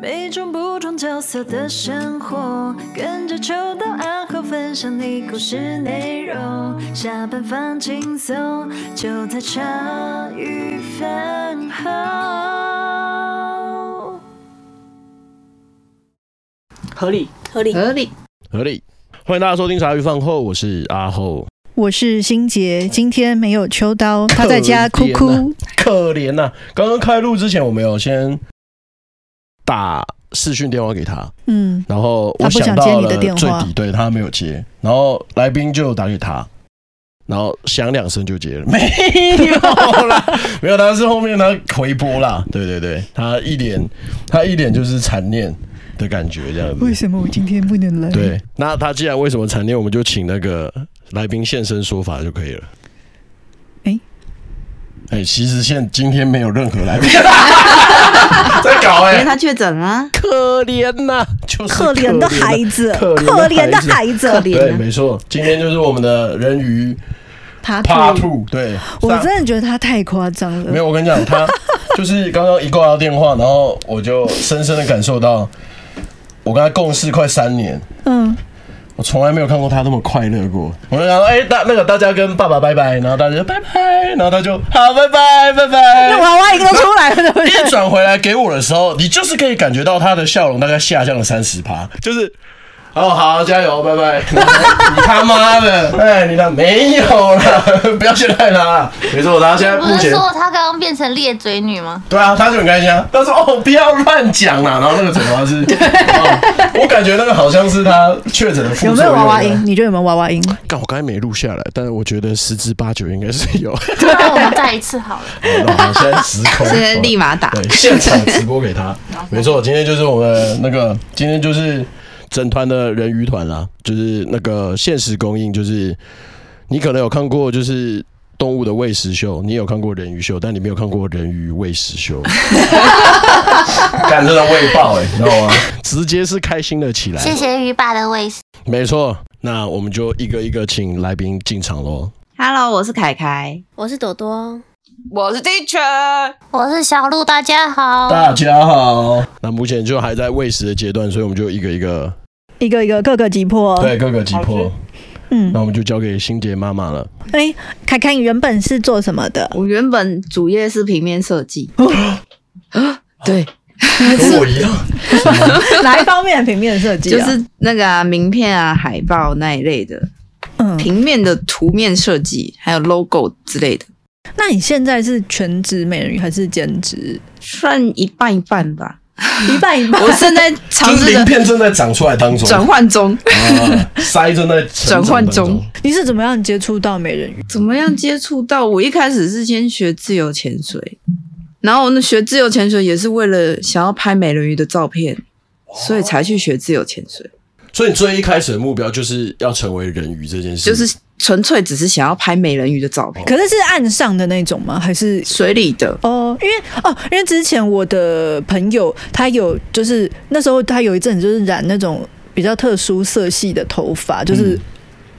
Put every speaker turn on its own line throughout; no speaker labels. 每种不同角色的生活，跟着秋到暗号分享你故事内容。下班放轻松，就在茶余饭后。
合理。
合理。
合理。
合理。欢迎大家收听茶余饭后，我是阿后。
我是欣杰，今天没有秋刀，他在家哭
可怜
哭。
可怜呐、刚刚开录之前，我没有先打视讯电话给他，
嗯，
然后我
他不想
到
接
了
你的电话
最底，对他没有接，然后来宾就打给他，然后响两声就接了，没有啦，没有，他是后面他回拨啦，对对对，他一脸他一脸就是残念的感觉这样子，
什么我今天不能来？
对，那他既然为什么残念，我们就请那个来宾现身说法就可以了。
诶
哎、其实现今天没有任何来宾，在搞
因
哎、
为他确诊啊啦，
可怜呐、就是
可怜的孩子，
可
可
怜
怜
的
的
孩
孩
可
子，
对，
怜啊。
没错，今天就是我们的人鱼
他
趴兔，对，
我
上
真的觉得他太夸张了。
没有，我跟你讲，他就是刚刚一挂到电话，然后我就深深的感受到，我跟他共事快三年，
嗯，
我从来没有看过他那么快乐过。我就想说，哎、大那个大家跟爸爸拜拜，然后大家就拜拜，然后他就好拜拜拜
那
拜。
娃娃音都出来了，对不对？
一转回来给我的时候，你就是可以感觉到他的笑容大概下降了三十趴，就是。哦，好，加油，拜 拜！然后你他妈的，哎，你他没有啦， 不要陷害他啦。没错，他现在
不
目
是
前
说他刚刚变成裂嘴女吗？
对啊，他就很开心啊。他说：“哦，不要乱讲啦。”然后那个嘴巴是，哦我感觉那个好像是他确诊的副
有
作用。啊
没有娃娃音？？你觉得有没有娃娃音？
但我刚才没录下来，但是我觉得十之八九应该是 有。
不然我们再一次好了。
好，现在十口
现在立马打，
对，现场直播给 他。没错，今天就是我们的那个，今天就是整团的人鱼团啦，就是那个限时供应，就是你可能有看过，就是。动物的喂食秀，你有看过人鱼秀，但你没有看过人鱼喂食秀，感真的喂爆哎、你知道吗？直接是开心了起来。
谢谢鱼爸的喂食。
没错，那我们就一个一个请来宾进场喽。
Hello，我是凯凯。
我是朵朵，
我是 teacher，
我是小鹿，大家好。
大家好，那目前就还在喂食的阶段，所以我们就一个一个
一个一个各个击
哦
破。哦
对各个击破。
嗯
那，我们就交给欣姐妈妈了。
哎，凯凯，你原本是做什么的？
我原本主业是平面设 计。啊
哦
对，
啊跟我一样，
哪一方面的平面设计
就
啊？
是那个、啊、名片啊、海报那一类的
嗯，
平面的图面设计，还有 logo 之类的，
那你现在是全职美人鱼还是兼职？
算一半一半 吧。
一半一半。
我正在尝
就是
试
鳞
着
片正在长出来当中，
转换中，
啊腮正在成长
转换
当
中。
你是怎么样接触到美人鱼？
怎么样接触到？我一开始是先学自由潜水，然后那学自由潜水也是为了想要拍美人鱼的照片，所以才去学自由潜水，
所以你最一开始的目标就是要成为人鱼这件事，
就是纯粹只是想要拍美人鱼的照片，
可是是岸上的那种吗？还是
水里的。
哦，因为哦，因为之前我的朋友他有，就是那时候他有一阵子就是染那种比较特殊色系的头发，就是
嗯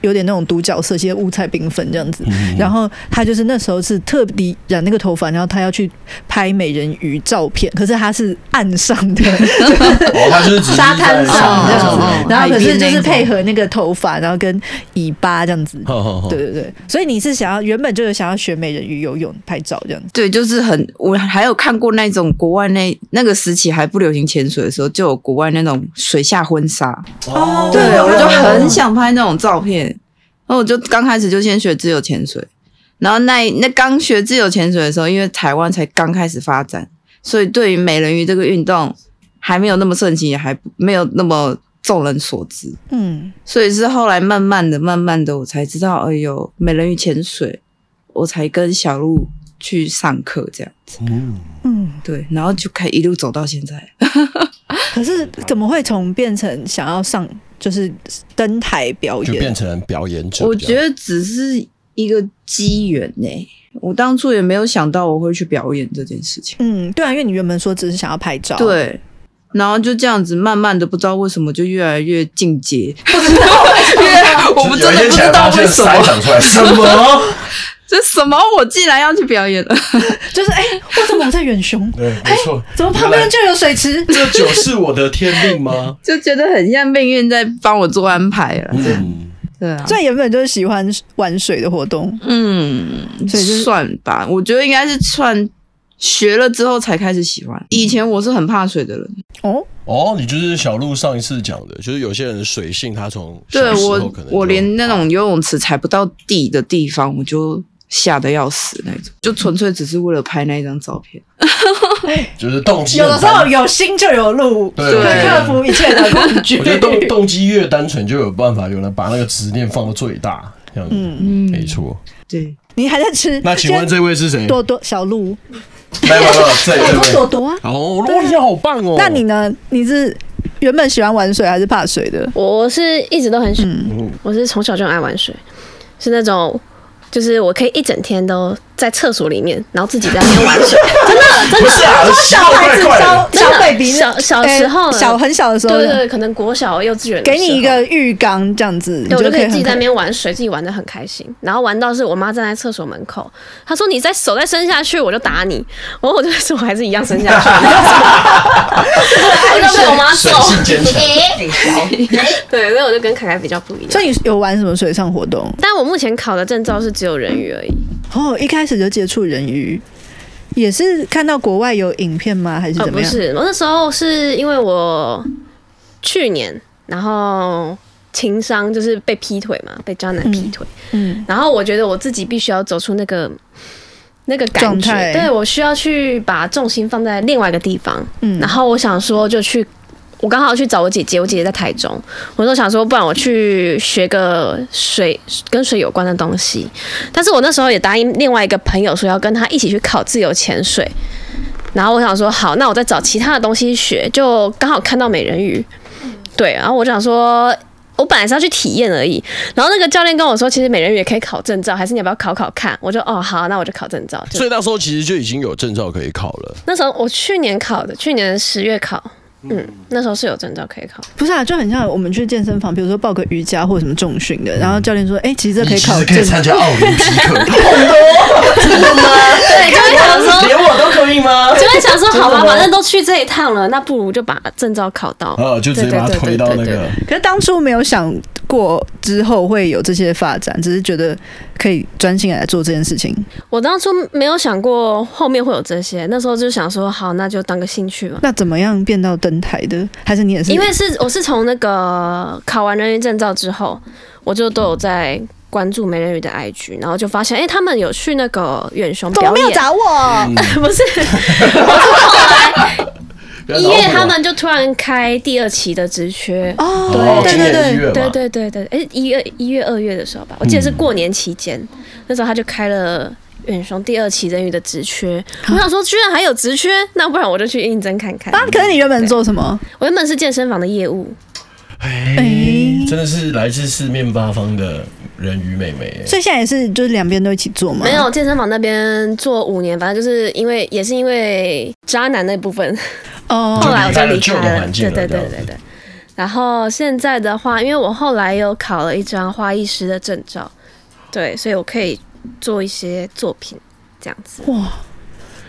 有点那种独角色系的五彩缤纷这样子。
嗯
然后他就是那时候是特地染那个头发，然后他要去拍美人鱼照片，可是他是岸上 的
哦，他就是只是
沙滩
在
上这样
哦哦
子
哦，
然后可是
海边
就
那一种
是配合那个头发，然后跟尾巴这样子。
哦好好好，
对对对，所以你是想要原本就有想要学美人鱼游泳拍照这样子。
对，就是很，我还有看过那种国外那那个时期还不流行潜水的时候，就有国外那种水下婚纱，
哦
对我就很想拍那种照片，然后我就刚开始就先学自由潜水，然后那那刚学自由潜水的时候，因为台湾才刚开始发展，所以对于美人鱼这个运动还没有那么盛行，也还不没有那么众人所知，
嗯，
所以是后来慢慢的、慢慢的，我才知道，哎呦，美人鱼潜水，我才跟小鹿去上课这样子，
嗯，
对，然后就可以一路走到现在。
可是怎么会从变成想要上就是登台表
就变
演？
成表演者这样。
我觉得只是一个机缘呢、我当初也没有想到我会去表演这件事情，
嗯，对啊，因为你原本说只是想要拍
哦
照，，
对。然后就这样子，慢慢的，不知道为什么就越来越进 阶，不知道为什 么，我们真的不知道为什
有一天起来发现腮
么，哎
长出来，什么？
这什么我竟然要去表演了，
就是哎、我怎么我在远雄，
对，没错。
怎么旁边就有水 池？
这酒是我的天命吗？
就觉得很像命运在帮我做安排了。
嗯，
对啊，
所以原本就是喜欢玩水的活动，
嗯，
所以就是
算吧，我觉得应该是算学了之后才开始喜欢。以前我是很怕水的人，
哦，
哦，你就是小鹿上一次讲的，就是有些人水性，他从小
对
时候
我
可能就啊
我连那种游泳池踩不到地的地方，我就吓得要死那种，就纯粹只是为了拍那一张照片。
就是动机
有
很
的时
单
候有心就有路，
啊对
会
我觉得
克服一切的恐惧
我。觉得动动机越单纯，就有办法有人把那个执念放到最大，这样子，
嗯
没错。
对，
你还在吃？
那请问这位是谁？
多多小鹿，
没有没有没有，这
我说
这
朵
位。
朵啊。
哦，罗你好棒哦！
那你呢？你是原本喜欢玩水还是怕水的？
我是一直都很喜，
嗯
我是从小就很爱玩水，是那种。就是我可以一整天都在厕所里面，然后自己在那边玩 水，真的真
不
的
是啊，小
孩子小
真
小
的
baby
哦小小时候
哎小很小的时候，
对对对，可能国小、幼稚园的
给你一
时候，
个浴缸这样子，
对，我就可以
很
自己在那边玩水，自己玩的很开心。然后玩到是我妈站在厕所门口，她说：“你再手再伸下去，我就打你。”然后我就说：“我还是一样伸 下去。”我就被我妈揍
水。性坚强，
对，所以我就跟凯凯比较不一样。
所以你有玩什么水上活动？
但我目前考的证照是只有人鱼而已。
哦，一开始就接触人鱼，也是看到国外有影片吗？还是
呃，
怎么
不
样？
是，我那时候是因为我去年然后情商就是被劈腿嘛，被渣男劈腿，
嗯，
然后我觉得我自己必须要走出那个。那个感
状态
觉，对我需要去把重心放在另外一个地方。
嗯
然后我想说，就去，我刚好去找我姐姐，我姐姐在台中，我就想说，不然我去学个水跟水有关的东西。但是我那时候也答应另外一个朋友说要跟他一起去考自由潜水，然后我想说好，那我再找其他的东西学，就刚好看到美人鱼，对，然后我就想说。我本来是要去体验而已，然后那个教练跟我说，其实美人鱼也可以考证照，还是你要不要考考看？我就哦好，那我就考证照。就
所以那时候其实就已经有证照可以考了。
那时候我去年考的，去年十月考，嗯，那时候是有证照可以考。
不是啊，就很像我们去健身房，比如说报个瑜伽或者什么重训的，
嗯
然后教练说：“哎，其实这可以考证。”
加奥林匹克，
对，就会想说，
连我都可以吗？
就会想说，好吧，反正都去这一趟了，那不如就把证照考到。
啊，就直接把它推到那
对对对
个
对。
可是当初没有想过之后会有这些发展，只是觉得可以专心来做这件事情。
我当初没有想过后面会有这些，那时候就想说，好，那就当个兴趣吧。
那怎么样变到登台的？还是你也是
因为是我是从那个考完人鱼证照之后，我就都有在关注美人鱼的 IG，然后就发现，哎、他们有去那个远雄
怎么
表
没有
演，
找我？
不是，我是后来
不要
一
脑补
月
啊
他们就突然开第二期的职缺，
哦，
哦
对
今
对
年
对
一，月
对
嘛，
对对对，哎，一月一月二月的时候吧，我记得是过年期间，那时候他就开了远雄第二期人鱼的职缺，
啊
我想说居然还有职缺，那不然我就去应征看看。
啊，可是你原本做什么？
我原本是健身房的业务，
哎，真的是来自四面八方的人鱼妹妹。
所以现在也是就是两边都一起做吗？
没有健身房那边做五年，反正就是因为也是因为渣男那部分，
哦，
后来我就离
就离开了旧
开
的
了，
环境
对
了
对对
这
对
样
对。然后现在的话，因为我后来有考了一张花艺师的证照，对，所以我可以做一些作品这样子。
哇，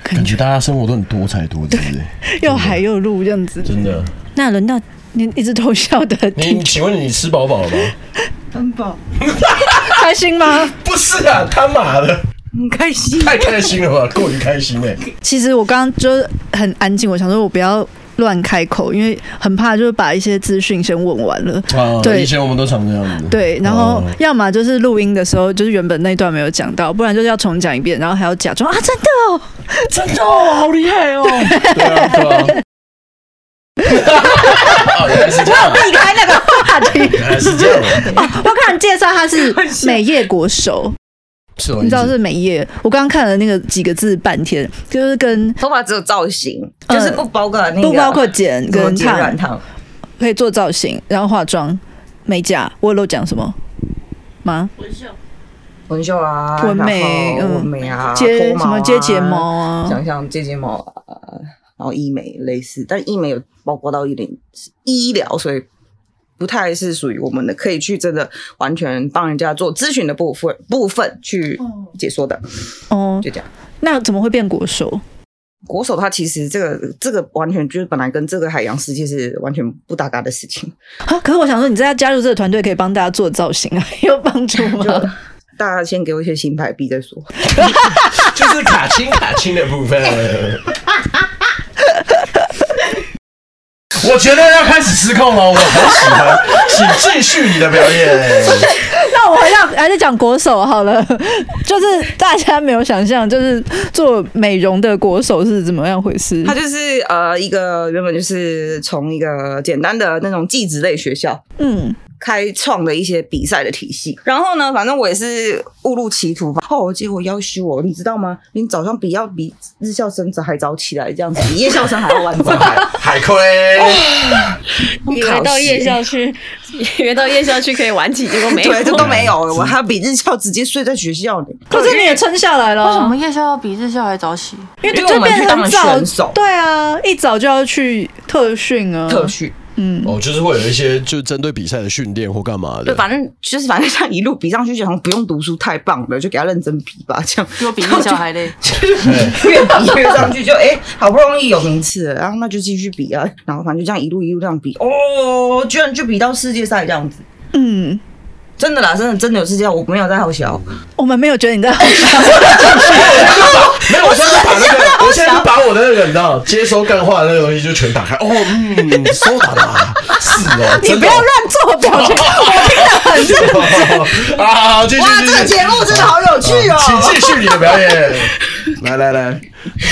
感觉大家生活都很多才多姿，哎
又海又陆这样子。
真的。
那轮到你一直偷笑的
你请问你吃饱饱了吗？
开心吗？
不是啊，他妈的，
很开心。
太开心了吧，过于开心哎。
其实我刚刚就是很安静，我想说我不要乱开口，因为很怕就是把一些资讯先问完了。
啊，
对
以前我们都常这样子。
对，然后
哦
要么就是录音的时候，就是原本那段没有讲到，不然就是要重讲一遍，然后还要假装啊，真的哦，
真的哦，好厉害哦！对啊，对 啊。哦，原来是这样，
避开那个话题。
原来是这样，
啊我看介绍 他是美业国手，
是哦我
你知道是美业，我刚刚看了那个几个字半天，就是跟
头发只有造型，
嗯
就是不包括那个
不包括剪
什么
跟
剪啊
烫
软，烫，
可以做造型，然后化妆、美甲，我有漏讲什么吗？
纹绣啊，
纹眉
然
嗯
后纹眉啊，
接
脱毛
什
啊
么接睫毛，啊？
想象接睫毛啊，然后医美类似，但医美有包括到一点医疗，所以。不太是属于我们的，可以去真的完全帮人家做咨询的部分部分去解说的，
哦，
就这样。
那怎么会变国手？
国手他其实这个这个完全就是本来跟这个海洋世界是完全不搭嘎的事情，
啊，可是我想说，你在加入这个团队可以帮大家做造型啊， 有帮助吗？
大家先给我一些新牌币再说。
就是卡亲卡亲的部分。我觉得要开始失控哦了，我很喜欢，请继续你的表演。
那我还想还是讲国手好了， 就是大家没有想象，就是做美容的国手是怎么样回事
他。就是呃一个原本就是从一个简单的那种技职类学校，
嗯，
开创的一些比赛的体系。然后呢，反正我也是误入歧途吧。哦，结果要求我，你知道吗？你早上比要比日校生早还早起来，这样子比 夜校生还要晚早。
海海亏，
原到夜校 去， 原到夜校去可以玩起，结果没有。
对，这都 没有，我还要比日校直接睡在学校里。
可是你也撑下来了
为什
啊，
么夜校要比日校还早起？
因为
因
就
为我
就
们
变
去
得
当
很
了选
早
手，
对啊，一早就要去特训啊，
特训，
嗯，
哦，就是会有一些就针对比赛的训练或干嘛
对，
的。
反正就是反正他一路比上去，想说不用读书太棒了，就给他认真比吧，这样
比我比日校还 累。
越比越上去就，哎，好不容易有名次了，然后那就继续比啊，然后反正就这样一路一路这样比，哦，居然就比到世界赛这样子，
嗯，
真的啦，真的真的有世界赛，我没有在好笑，
我们没有觉得你在
没有，我现在就把那个，我现在就把我的那个，你知道，接收干话的那个东西就全打开。哦，嗯，收到啦，是哦，
你不要乱做表情，我听得很认 真。
乱啊！继续，
哇，
继
这
续
个节目真的好有趣哦，
请继续你的表演。啊 来来来，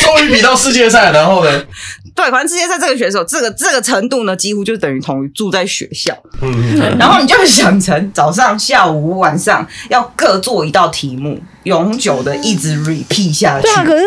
终于比到世界赛，然后呢？
对，反正世界赛这个选手，这个这个程度呢，几乎就等于同于住在学校。
嗯，嗯
然后你就会想成早上、下午、晚上要各做一道题目，永久的一直 repeat 下去
对。啊，可是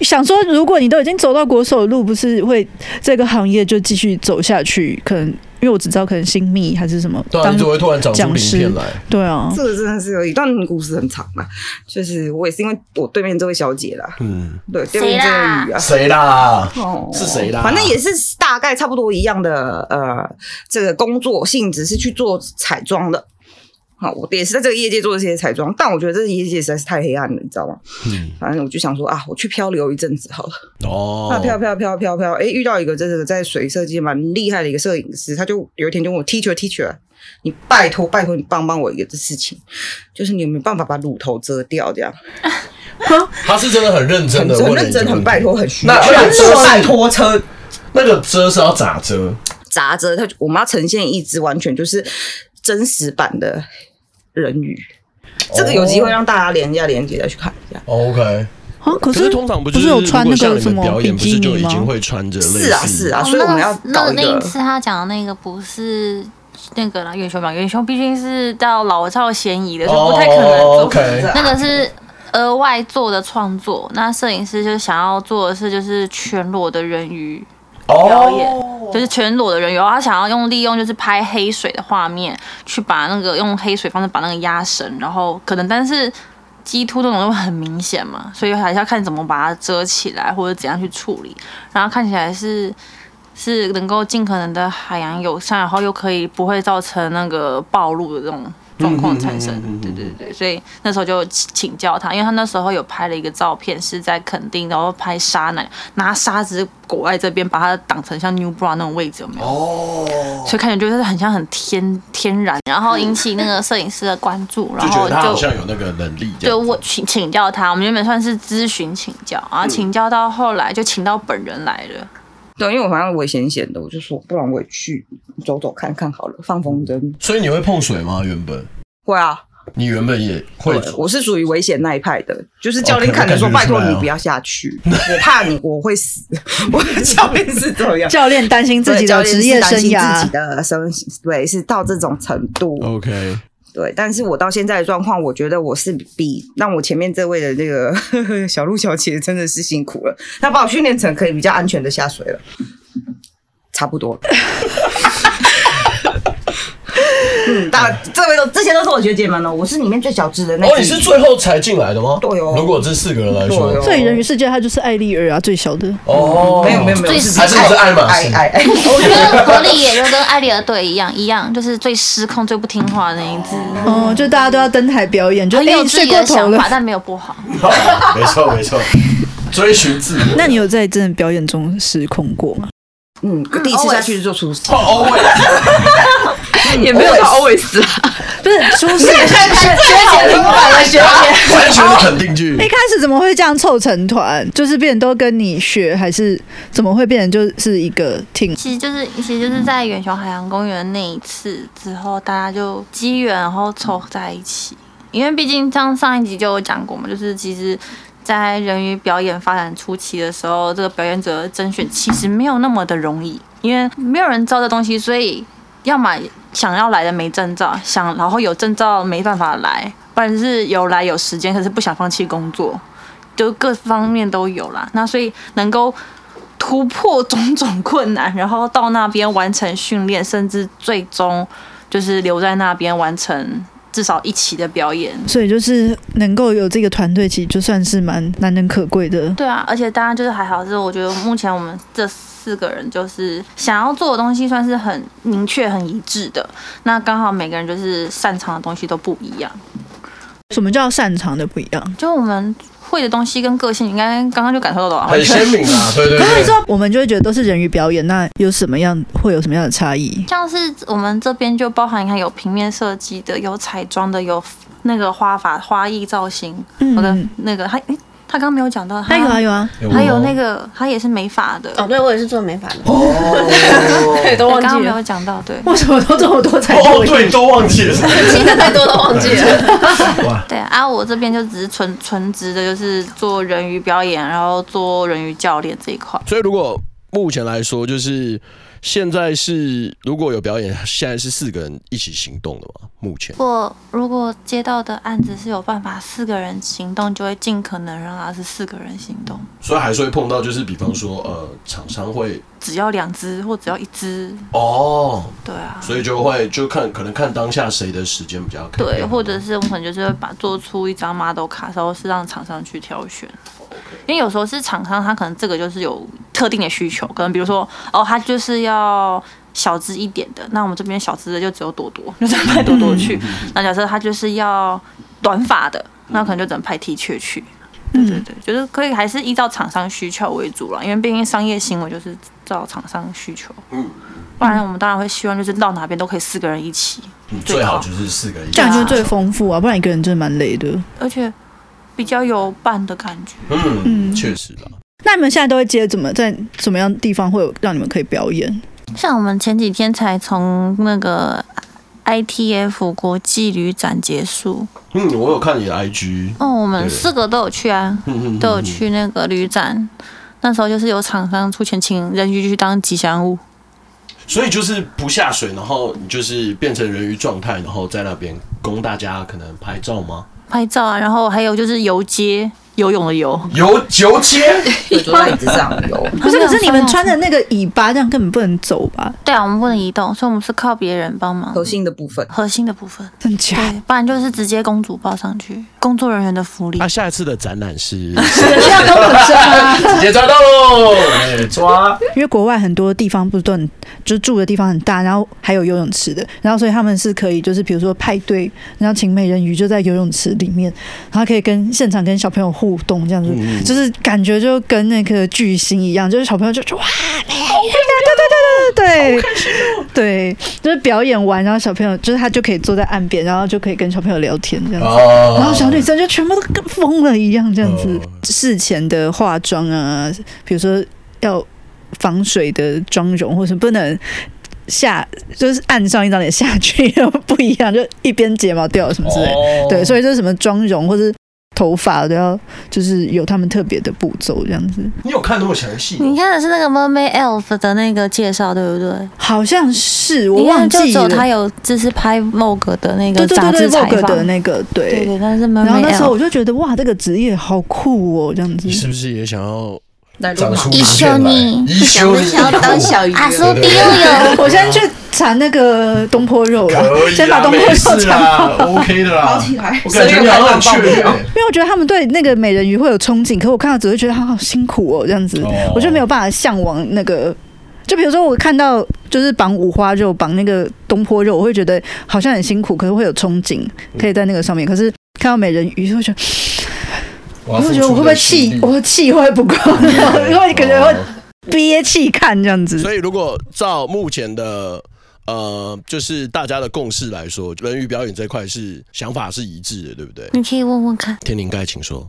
想说，如果你都已经走到国手的路，不是会这个行业就继续走下去？可能因为我只知道可能新密还是什么，
对啊，你怎么会突然长出
讲
鳞
师
片来？
对啊，
这个真的是有一段故事很长啊，就是我也是因为我对面这位小姐啦，
嗯，
对，对面这位雨啊。
谁啦？
哦
是谁啦？
反正也是大概差不多一样的，呃，这个工作性质是去做彩妆的。好，我也是在这个业界做这些彩妆，但我觉得这个业界实在是太黑暗了，你知道吗？
嗯
反正我就想说啊，我去漂流一阵子好了。
哦
那啊飘飘飘飘飘，哎、遇到一个这个在水设计蛮厉害的一个摄影师，他就有一天就问我 teacher teacher，你拜托拜托你帮帮我一个事情，就是你有没有办法把乳头遮掉这样？
他是真的很认真
很
的，
很认真，很拜。托，很需要，
那那
是
遮是
拜托车
那个遮是要咋遮？
砸着他，我们要呈现一只完全就是真实版的人鱼。这个有机会让大家连加连接再去看一下。
哦 OK。
啊，可
可是通常不
不
是
有穿那
如果像
个
你
什
们
么
表
比
演，不
基
是就
尼
已经
吗？
会穿着类似
是啊是啊，所以我们要搞
哦那
一
那一
个
次他讲的那个不是那个啦，远雄榜，远雄毕竟是到老少咸宜的，所以不太可能
哦
做。
OK，
那个是额外做的创作，那摄影师就想要做的事就是全裸的人鱼表演，
哦，
就是全裸的人鱼，然后他想要用利用就是拍黑水的画面，去把那个用黑水方式把那个压绳，然后可能但是鸡突那种就会很明显嘛，所以还是要看怎么把它遮起来或者怎样去处理，然后看起来是。是能够尽可能的海洋友善，然后又可以不会造成那个暴露的这种状况产生。
嗯
对对对，所以那时候就请请教他，因为他那时候有拍了一个照片，是在垦丁，然后拍沙奶，拿沙子裹在这边，把它挡成像 New Bra 那种位置，有没有？
哦
所以看起来就是很像很天天然，然后引起那个摄影师的关注，然
就觉
后
得他好像有那个能力这
对
样。
哦我请请教他，我们原本算是咨询请教，然后请教到后来就请到本人来了。
对，因为我反正我也闲闲的，我就说不然我也去走走看看好了，放风筝。
所以你会碰水吗？原本
会啊，
你原本也会
对，我是属于危险那一派的，就是教练
OK，
看着说：“
我
拜
感觉得出
托
来哦
你不要下去，我怕你，我会死。” 我的教练是 这样，
教练担心自己
对教
的
练
职业
是担
生
心自
涯
己，的生对是到这种程度。
哦 OK，
对，但是我到现在的状况，我觉得我是比让我前面这位的这个 小鹿小姐真的是辛苦了，她把我训练成可以比较安全的下水了，差不多了。 嗯，大这位都这些都是我学姐们哦，我是里面最小只的那
哦，
只
你是最后才进来的吗？
对哦
如果这四个人来说
对，哦
所以人鱼世界它就是艾丽尔啊，最小的。
哦，
没有没有没有，
最
是
还是你是爱马
爱
仕
爱爱，
我觉得合理也就跟艾丽尔队一样，一样就是最失控、最不听话的那一只，
哦，就大家都要登台表演，就
嗯很有
哎
自
睡
己
过
的
头
想
了
法，，但没有不好。
没错没错，追寻自我。
那你有在真的表演中失控过吗？
嗯，
哦
第一次下去就出事，
哦，欧伟，
也没有到 always 啦。
不 是出事，
学姐灵感了，学姐。
完全的肯定句
一。开始怎么会这样凑成团？就是变成都跟你学，还是怎么会变成就是一个 team？
其实就是，其实就是在远雄海洋公园那一次之后，大家就机缘，然后凑在一起。因为毕竟像上一集就有讲过嘛，就是其实，在人鱼表演发展初期的时候，这个表演者甄选其实没有那么的容易，因为没有人知道这东西，所以要么想要来的没证照，想然后有证照没办法来，不然就是有来有时间，可是不想放弃工作，就各方面都有啦。那所以能够突破种种困难，然后到那边完成训练，甚至最终就是留在那边完成至少一期的表演。
所以就是能够有这个团队，其实就算是蛮难能可贵的。
对啊，而且当然就是还好是，我觉得目前我们这四个人就是想要做的东西算是很明确、很一致的。那刚好每个人就是擅长的东西都不一样，
什么叫擅长的不一样？
就我们会的东西跟个性，应该刚刚就感受到了。
很鲜明啊，对对
可是
对
你，说我们就会觉得都是人鱼表演，那有什么样会有什么样的差异？
像是我们这边就包含你看有平面设计的，有彩妆的，有那个花法花艺造型，
嗯
我的那个他诶他刚刚没有讲到，
那有啊有啊，
哎
还有那个他也是美发的，
哦，对我也是做美发的，
哦，
对，都
我
忘
刚刚
记
没
了
有，讲到，对
为什么都这么多才
哦，对，都忘记了。
记得太多都忘记了。
对啊，我这边就只是纯纯职的，就是做人鱼表演，然后做人鱼教练这一块。
所以如果目前来说，就是现在是如果有表演，现在是四个人一起行动的嘛？目前
我如果接到的案子是有办法四个人行动，就会尽可能让它是四个人行动。
所以还是会碰到，就是比方说，呃，厂商会
只要两只或只要一只，
哦，
对啊，
所以就会就看可能看当下谁的时间比较可以
对，或者是我们可能就是会把做出一张 model 卡，然后是让厂商去挑选。因为有时候是厂商，他可能这个就是有特定的需求，可能比如说哦，他就是要小只一点的，那我们这边小只的就只有朵朵，就只能派朵朵去。
嗯
那假设他就是要短发的，那可能就只能派 T 恤去。对对对，就是可以还是依照厂商需求为主了，因为毕竟商业行为就是照厂商需求。
嗯
不然我们当然会希望就是到哪边都可以四个人一起。
嗯最好就是四个人一起
这样就最丰富啊，不然一个人真的蛮累的。
而且比较有伴的感觉。
嗯，确实啦。
那你们现在都会接怎么在什么样的地方会有让你们可以表演？
像我们前几天才从那个 ITF 国际旅展结束，
嗯，我有看你的 IG，
哦，我们
对
四个都有去啊，
嗯嗯，
都有去那个旅展。那时候就是有厂商出钱请人鱼去当吉祥物，
所以就是不下水，然后你就是变成人鱼状态，然后在那边供大家可能拍照吗？
拍照啊，然后还有就是游街，游泳的游，
游游街，
就坐在椅子上游。
不是，可是你们穿的那个尾巴这样根本不能走吧？
对啊，我们不能移动，所以我们是靠别人帮忙
核。心的部分，
核心的 部分，
真假？
对，不然就是直接公主抱上去，工作人员的福利
那、。啊下一次的展览是
要跟我抓，
直接抓到喽，哎抓
因为国外很多地方不是都很，就是住的地方很大，然后还有游泳池的，然后所以他们是可以就是比如说派对，然后请美人鱼就在游泳池里面，然后可以跟现场跟小朋友互动这样子，
嗯嗯
就是感觉就跟那个巨星一样，就是小朋友就就哇，对对对对对对，就是表演完，然后小朋友就是他就可以坐在岸边，然后就可以跟小朋友聊天这样子。
哦
然后小女生就全部都跟疯了一样这样子
嗯，
事前的化妆啊，比如说要防水的妆容，或者不能下就是按上一张脸下去又不一样，就一边睫毛掉了什么之类的。
哦
对，所以就是什么妆容或是头发都要就是有他们特别的步骤这样子，
哦你有看那么详
嗯
细？
你看的是那个 Mermaid Elf 的那个介绍，对不对？
好像是我
你看
忘
就
记
只有
了。
他有就是拍 Vogue 的那
对
个
对
杂
对对
志采
，Vogue
访
的那个
对
对。
对，但是 m e r
然后
m
那
a
时候我就觉得哇，这个职业好酷哦，这样子
你。是不是也想要
那
长出
就
一片来？一休你，
想要当小
啊
鱼，
对对对
我先去缠那个东坡肉了，
可以
先把
啦，
东坡
没
肉缠
事啦，OK 的啦。
来
我感觉你好像很雀跃，
因为我觉得他们对那个美人鱼会有憧憬，可我看到只会觉得他好辛苦哦，这样子，
哦
我就没有办法向往那个。就比如说，我看到就是绑五花肉、绑那个东坡肉，我会觉得好嗯像很辛苦，可是会有憧憬，可以在那个上面。可是看到美人鱼，就会觉得
我要
我
付
会
出
觉得我会不会
的心
气
力，
我气会不够，因为可能会憋气看这样子。
所以如果照目前的呃，就是大家的共识来说，人鱼表演这块是想法是一致的，对不对？
你可以问问看，
天灵盖，请说。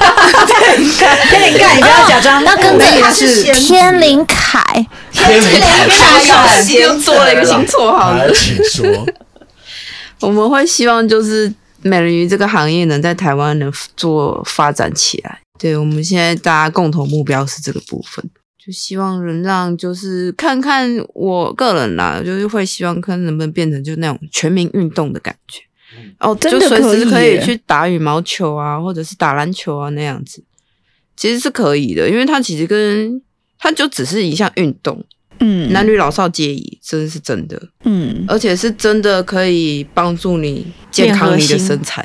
天灵盖，你不要假装，
要跟
我
这
也
个
是
天灵凯，
天灵
开始又做了一个新绰号。
来，请说。
我们会希望就是美人鱼这个行业能在台湾能做发展起来。对我们现在大家共同目标是这个部分，就希望能让就是看看我个人啦，就是会希望看能不能变成就那种全民运动的感觉。哦，
嗯真的
就随时
可
可
以耶
以去打羽毛球啊，或者是打篮球啊那样子，其实是可以的，因为它其实跟它就只是一项运动，
嗯
男女老少皆宜，这是真的。
嗯，
而且是真的可以帮助你健康你的身材，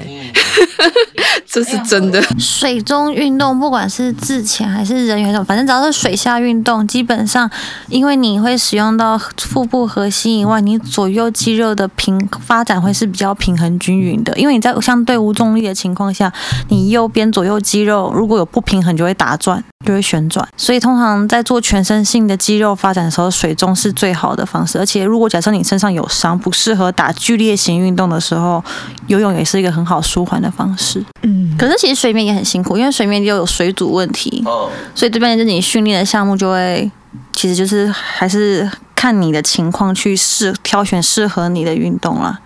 这是真的。
水中运动，不管是自潜还是人鱼还是什么，反正只要是水下运动，基本上因为你会使用到腹部核心以外，你左右肌肉的平发展会是比较平衡均匀的。因为你在相对无重力的情况下，你右边左右肌肉如果有不平衡，就会打转，就会旋转。所以通常在做全身性的肌肉发展的时候，水中是最好的方式。而且如果假设你身上有伤，不适合打剧烈型运动的时候，游泳也是一个很好舒缓的方式。
嗯，
可是其实水面也很辛苦，因为水面又有水阻问题，所以这边就是你训练的项目就会，其实就是还是看你的情况去适挑选适合你的运动啦。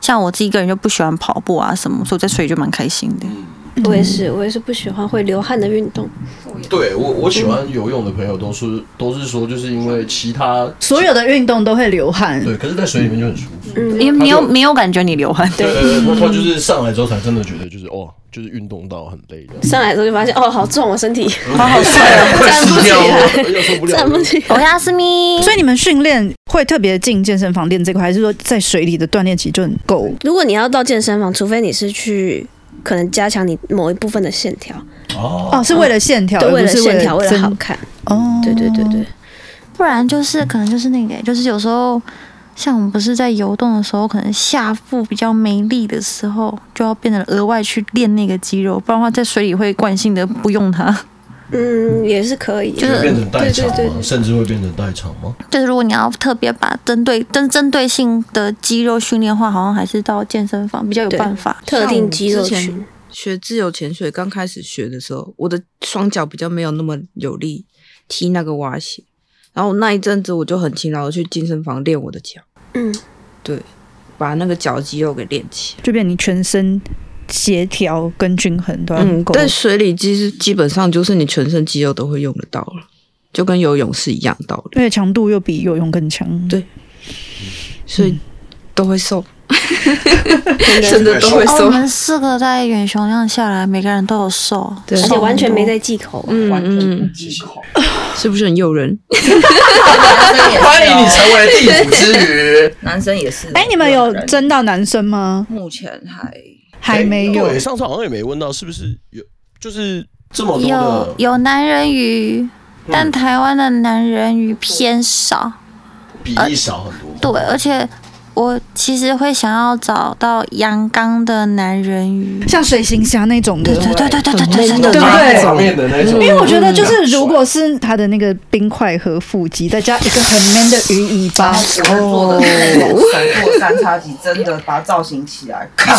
像我自己一个人就不喜欢跑步啊什么，所以我在水里就蛮开心的。
我也是，我也是不喜欢会流汗的运动。
对我，我喜欢游泳的朋友都是都是说，就是因为其他
所有的运动都会流汗，
对，可是，在水里面就很舒服。
嗯，
也没有没有感觉你流汗，
对对对，那他就是上来之后才真的觉得就是哦，就是运动到很累的，
上来之后就发现，哦，好重，我身体
好好帅啊，快
站不
死
起
掉
来
了，要受不了
站不
了。
起来。
我亚斯咪。
所以你们训练会特别进健身房练这块，还是说在水里的锻炼其实就很够？
如果你要到健身房，除非你是去可能加强你某一部分的线条，
哦，
哦，是为了线条，
对，
而不
为了
是
线条，为了
增
好。看。
哦，
对对对对，
不然就是可能就是那个，就是有时候像我们不是在游动的时候，可能下腹比较没力的时候，就要变成额外去练那个肌肉，不然的话在水里会惯性的不用它。
嗯，也是可以。
就是
变成代偿
对对
吗？
对
甚至会变成代偿吗？
就是如果你要特别把针对针针对性的肌肉训练的话，好像还是到健身房比较有
对
办法。哦
特定肌肉
像我之
群
前，学自由潜水刚开始学的时候，我的双脚比较没有那么有力踢那个蛙鞋，然后我那一阵子我就很勤劳的去健身房练我的脚，
嗯，
对，把那个脚肌肉给练起来。
就变你全身协调跟均衡都要
嗯
很，够。
但水里其实基本上就是你全身肌肉都会用得到了，就跟游泳是一样道理，
而且强度又比游泳更强。
对所以都会瘦，
真的
真的都会
哦，我
瘦。
们四个在远雄那样下来，每个人都有瘦，
对
而且完全没在忌口。
嗯嗯，是不是很诱人？
欢迎你成为
地府之鱼，
男生也是。
哎，你们有争到男生吗？
目前还
还没有。
对，上次好像也没问到是不是有，就是这么多
有
的
有男人鱼，
嗯
但台湾的男人鱼偏少。
比例少很多。
对，而且我其实会想要找到阳刚的男人鱼。
像水行侠那种的
对，对对对对对对
对
对
不对？
上面的那种，
因为我觉得，就是如果是他的那个冰块和腹肌，再加一个很 man 的鱼尾巴，
喜欢做的闪过三叉戟，真的把造型起来， 看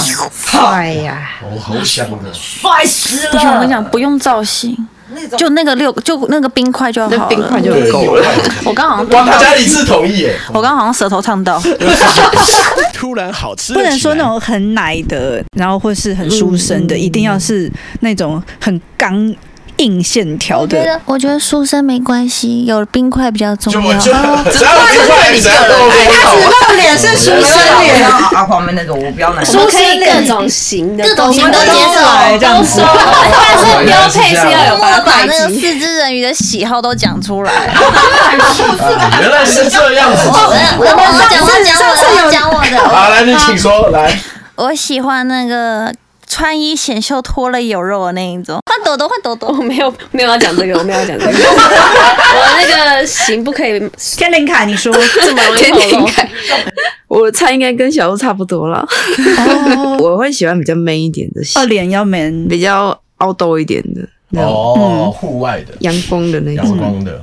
哎呀，
我好想的，
帅死
不用，我跟你讲，不用造型，
那种
就那个六，就那个冰块就好了。
那冰块就
对
够了。。
我刚好像，
哇，大家一致同意耶！
我刚好像舌头烫到。
突然好吃，
不能说那种很奶的，然后或是很书生的，一定要是那种很刚硬线条
我觉
的。
得，我觉得书生没关系，有冰块比 较重
就我
要。哦
就只 要只要只要都
他脸是
我不要我不要阿黄妹那种，我不要男
我
生。
们可以各种型的，
各种型
都
都接受，
都收，但是标配是要有八
把
块
那个
肌。
四只人鱼的喜好都讲出来。
原来是这样子。
哦我我我讲我讲我的，我讲我的。
好，来你请说，来，
我喜欢那个穿衣显袖脱了有肉的那一种，换朵朵换朵
我
朵。
没有没有要讲这个，我没有要讲这个，我那个型不可以
天灵凯，你 说
这么容易
天
透
天
露。
看，我猜应该跟哦 小鹿差不多了。我会喜欢比较 man 一点的型，
二脸要 man，
比较凹兜一点的那种
哦，户外的
阳光的那
阳
种。
光的，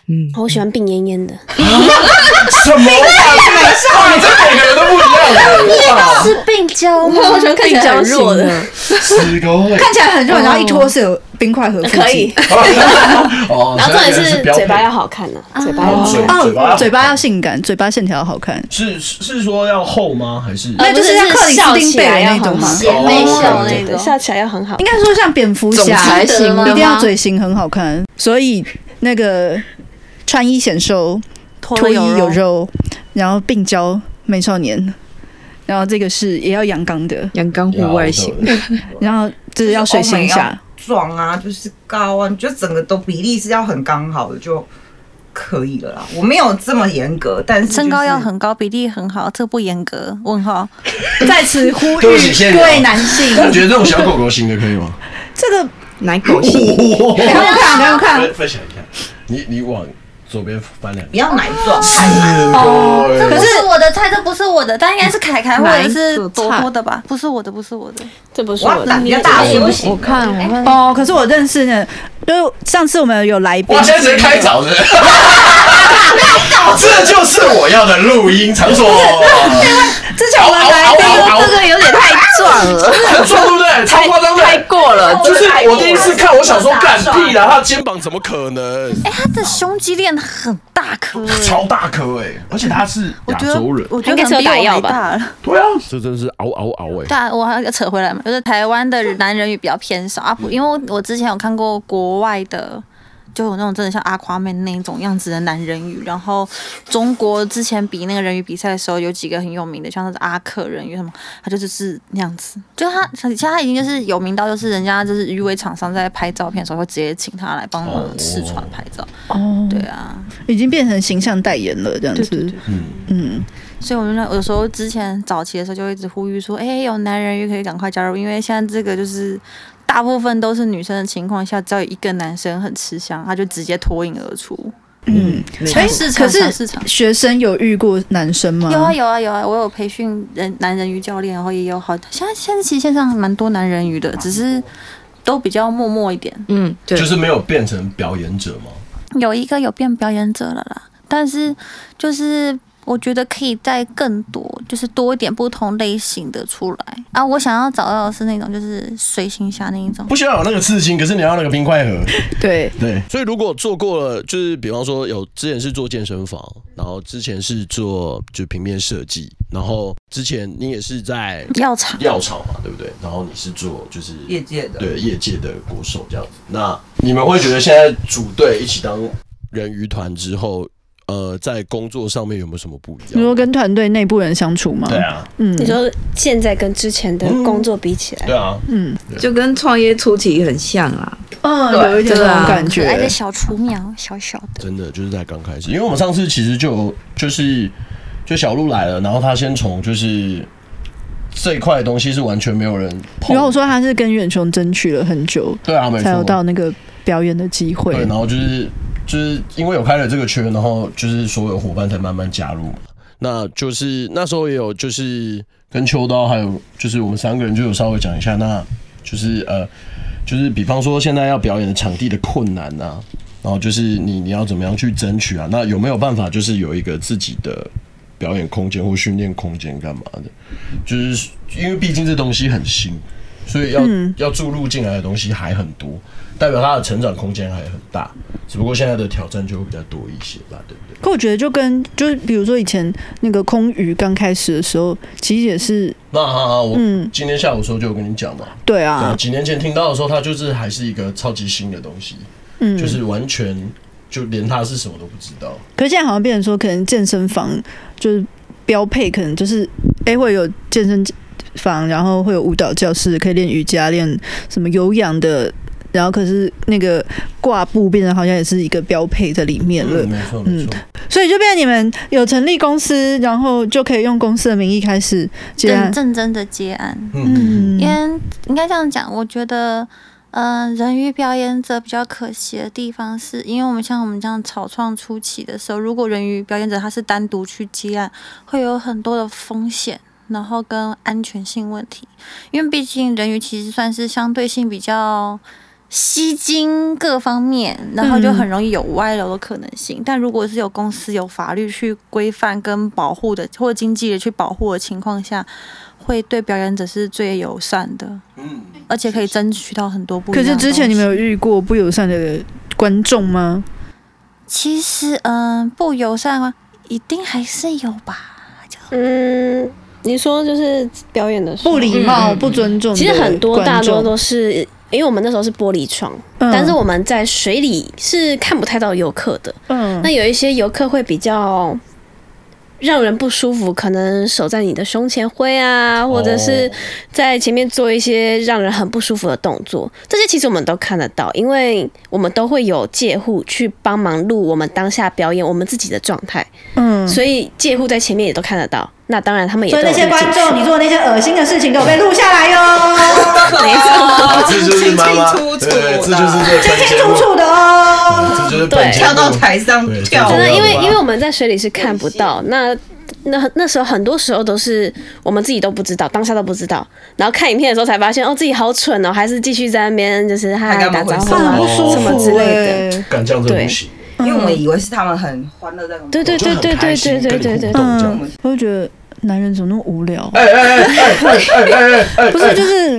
我喜欢病恹恹的，
什么？哇，哦你这每个人都不一样哇，
是病娇吗？
我喜欢看起来很弱的
病娇型，
死狗 欸
看起来很热，然后一脱是有冰块盒，
可以。。
哦，
然后重点是嘴巴要
要
好看呢，嘴巴要好看。啊
哦，嘴巴要性感，嘴巴线条要好看。
是是是说要厚吗？还是
那就是像克里斯汀贝尔那种吗
笑起
哦
来要很好
笑
对对笑起来要很好
应。该说像蝙蝠侠
总裁型的吗
一定要嘴型很好看，所以那个穿衣显瘦，
脱
脱
了
衣
有
有
肉，
肉，然后病娇美少年，然后这个是也要阳刚的，
阳光户外型，
然后这个要水星下，
壮啊，就是高啊，你觉得整个都比例是要很刚好的就可以了啦。我没有这么严格，但是、就是、
身高要很高，比例很好，这不严格？问号，
在此呼吁
对不起谢谢啊
各位男 性，
那你觉得这种小狗狗型的可以吗？
这个
奶狗型，
不用 看，不用看，
分分享一下，你你往左边翻两
不要奶壮，
个，
可是我的菜，这不是我的，但应该是凯凯或
哪一
者是
个
多
菜
多的吧？不是我的，不是我的，
这不是
我要
我的
懒，比较大型不行
我看我
嗯
看
哦，可是我认识呢，就是上次我们有来宾
哇，，现在直接开早的，这就是我要的录音场所。
之前我们来宾
嗷嗷嗷嗷
这个有点太壮了，
很壮对不对？超夸张
太
的。
过了，
就是我第一次看，我想说干屁啦，他的肩膀怎么可能？
他的胸肌练得很大颗，
超大颗哎、而且他是
我
亚
觉得
洲人，
我觉
应
得
该
可
是
能比我还
有打药吧
大了。
对啊，这真是嗷嗷嗷哎、
对啊，我还要扯回来嘛，就是台湾的男人也比较偏少啊，不，因为我之前有看过国外的。就有那种真的像阿夸妹那一种样子的男人鱼，然后中国之前比那个人鱼比赛的时候，有几个很有名的，像是阿克人鱼什么，啊他就只是那样子，就他其实他已经就是有名到，就是人家就是鱼尾厂商在拍照片的时候会直接请他来帮忙试穿拍照，
哦，
对啊，
已经变成形象代言了这样
对对
子
对，
嗯，
嗯，
所以我们那有时候之前早期的时候就会一直呼吁说，哎、有男人也可以赶快加入，因为现在这个就是大部分都是女生的情况下，只要有一个男生很吃香，他就直接脱颖而出。
嗯，哎，
市场
可
抢
是
市场
学生有遇过男生吗？
有啊有啊有啊，我有培训人男人鱼教练，然后也有好，现在现在其实线上蛮多男人鱼的，只是都比较默默一点。
嗯，对
就，是没有变成表演者嘛。
有一个有变表演者了啦，但是就是我觉得可以再更多，就是多一点不同类型的出来啊。我想要找到的是那种就是随行侠那一种，
不需要有那个刺青，可是你要那个冰块盒。
对，
对，所以如果做过了，就是比方说有之前是做健身房，然后之前是做就平面设计，然后之前你也是在
药厂
药厂嘛，对不对？然后你是做就是
业界的
对业界的国手这样子。那你们会觉得现在组队一起当人鱼团之后，呃，在工作上面有没有什么不一
你说
样？
跟团队内部人相处吗？
对，啊，
嗯
你，说现在跟之前的工作比起来，
对啊，
嗯，
就跟创业初期很像啦。
嗯，有一点
对
那
啊
种感
可爱的
觉，
小雏苗，小小的。
真的就是在刚开始，因为我们上次其实就有就是就小鹿来了，然后他先从就是这一块的东西是完全没有人碰，
然后我说他是跟远雄争取了很久，
对啊，没错，
才有到那个表演的机会
对，。然后就是就是因为有开了这个圈，然后就是所有伙伴才慢慢加入嘛。那就是那时候也有就是跟秋刀还有就是我们三个人就有稍微讲一下，那就是呃就是比方说现在要表演的场地的困难啊，然后就是你你要怎么样去争取啊？那有没有办法就是有一个自己的表演空间或训练空间干嘛的？就是因为毕竟这东西很新，所以要、
嗯
要注入进来的东西还很多，代表它的成长空间还很大。只不过现在的挑战就会比较多一些吧，对不对？
可我觉得就跟就是比如说以前那个空余刚开始的时候，其实也是
那哈哈，我
嗯
今天下午的时候就有跟你讲嘛，
对
对啊
啊，
几年前听到的时候，它就是还是一个超级新的东西，
嗯，
就是完全就连它是什么都不知道。
可是现在好像变成说，可能健身房就是标配，可能就是哎、诶会有健身房，然后会有舞蹈教室，可以练瑜伽、练什么有氧的，然后可是那个挂布变成好像也是一个标配在里面了，
嗯，没错没错。
所以就变成你们有成立公司，然后就可以用公司的名义开始接
正
案，
正真的接案，
嗯，
因为应该这样讲，我觉得，嗯、人鱼表演者比较可惜的地方是，因为我们像我们这样草创初期的时候，如果人鱼表演者他是单独去接案，会有很多的风险。然后跟安全性问题，因为毕竟人鱼其实算是相对性比较吸睛各方面，然后就很容易有歪楼的可能性。但如果是有公司有法律去规范跟保护的，或经纪人去保护的情况下，会对表演者是最友善的，
嗯，
而且可以争取到很多不一
可
样的
是
东西。
之前你们有遇过不友善的观众
嗯
吗？
其实嗯不友善啊，一定还是有吧。
嗯，你说就是表演的时候
不礼貌、不尊重的
嗯其实很多大
观众
多都是因为我们那时候是玻璃窗，
嗯
但是我们在水里是看不太到游客的。
嗯
那有一些游客会比较让人不舒服，可能手在你的胸前挥啊，
哦
或者是在前面做一些让人很不舒服的动作。这些其实我们都看得到，因为我们都会有介护去帮忙录我们当下表演我们自己的状态，
嗯，
所以介护在前面也都看得到。那当然，他们也
所
都
以那些
有自己
观众，你做的那些恶心的事情都有被录下来 哟，
没错，
这就是妈妈，
清清楚楚
对对，
的
这就是这个
清
本
清
节
楚
目，
楚的哦。
这就是本
对
节目
跳到台上
对
跳
这
真
就是
的，因为
啊
妈妈
因为我们在水里是看不到，那那那时候很多时候都是我们自己都不知道，当下都不知道，然后看影片的时候才发现，哦，自己好蠢哦，还是继续在那边就是嗨
还干嘛
打
回
招呼
事
啊
很不舒服欸
什么之类的。
的。
敢这样子不行，
因为我们以为是他们很欢乐在那种
对对
就
对
很
对
开
对
心
对对
跟你
对对
互动这样
嗯，我就觉得男人怎么那么无聊？
哎哎哎哎哎哎哎，
不是，就是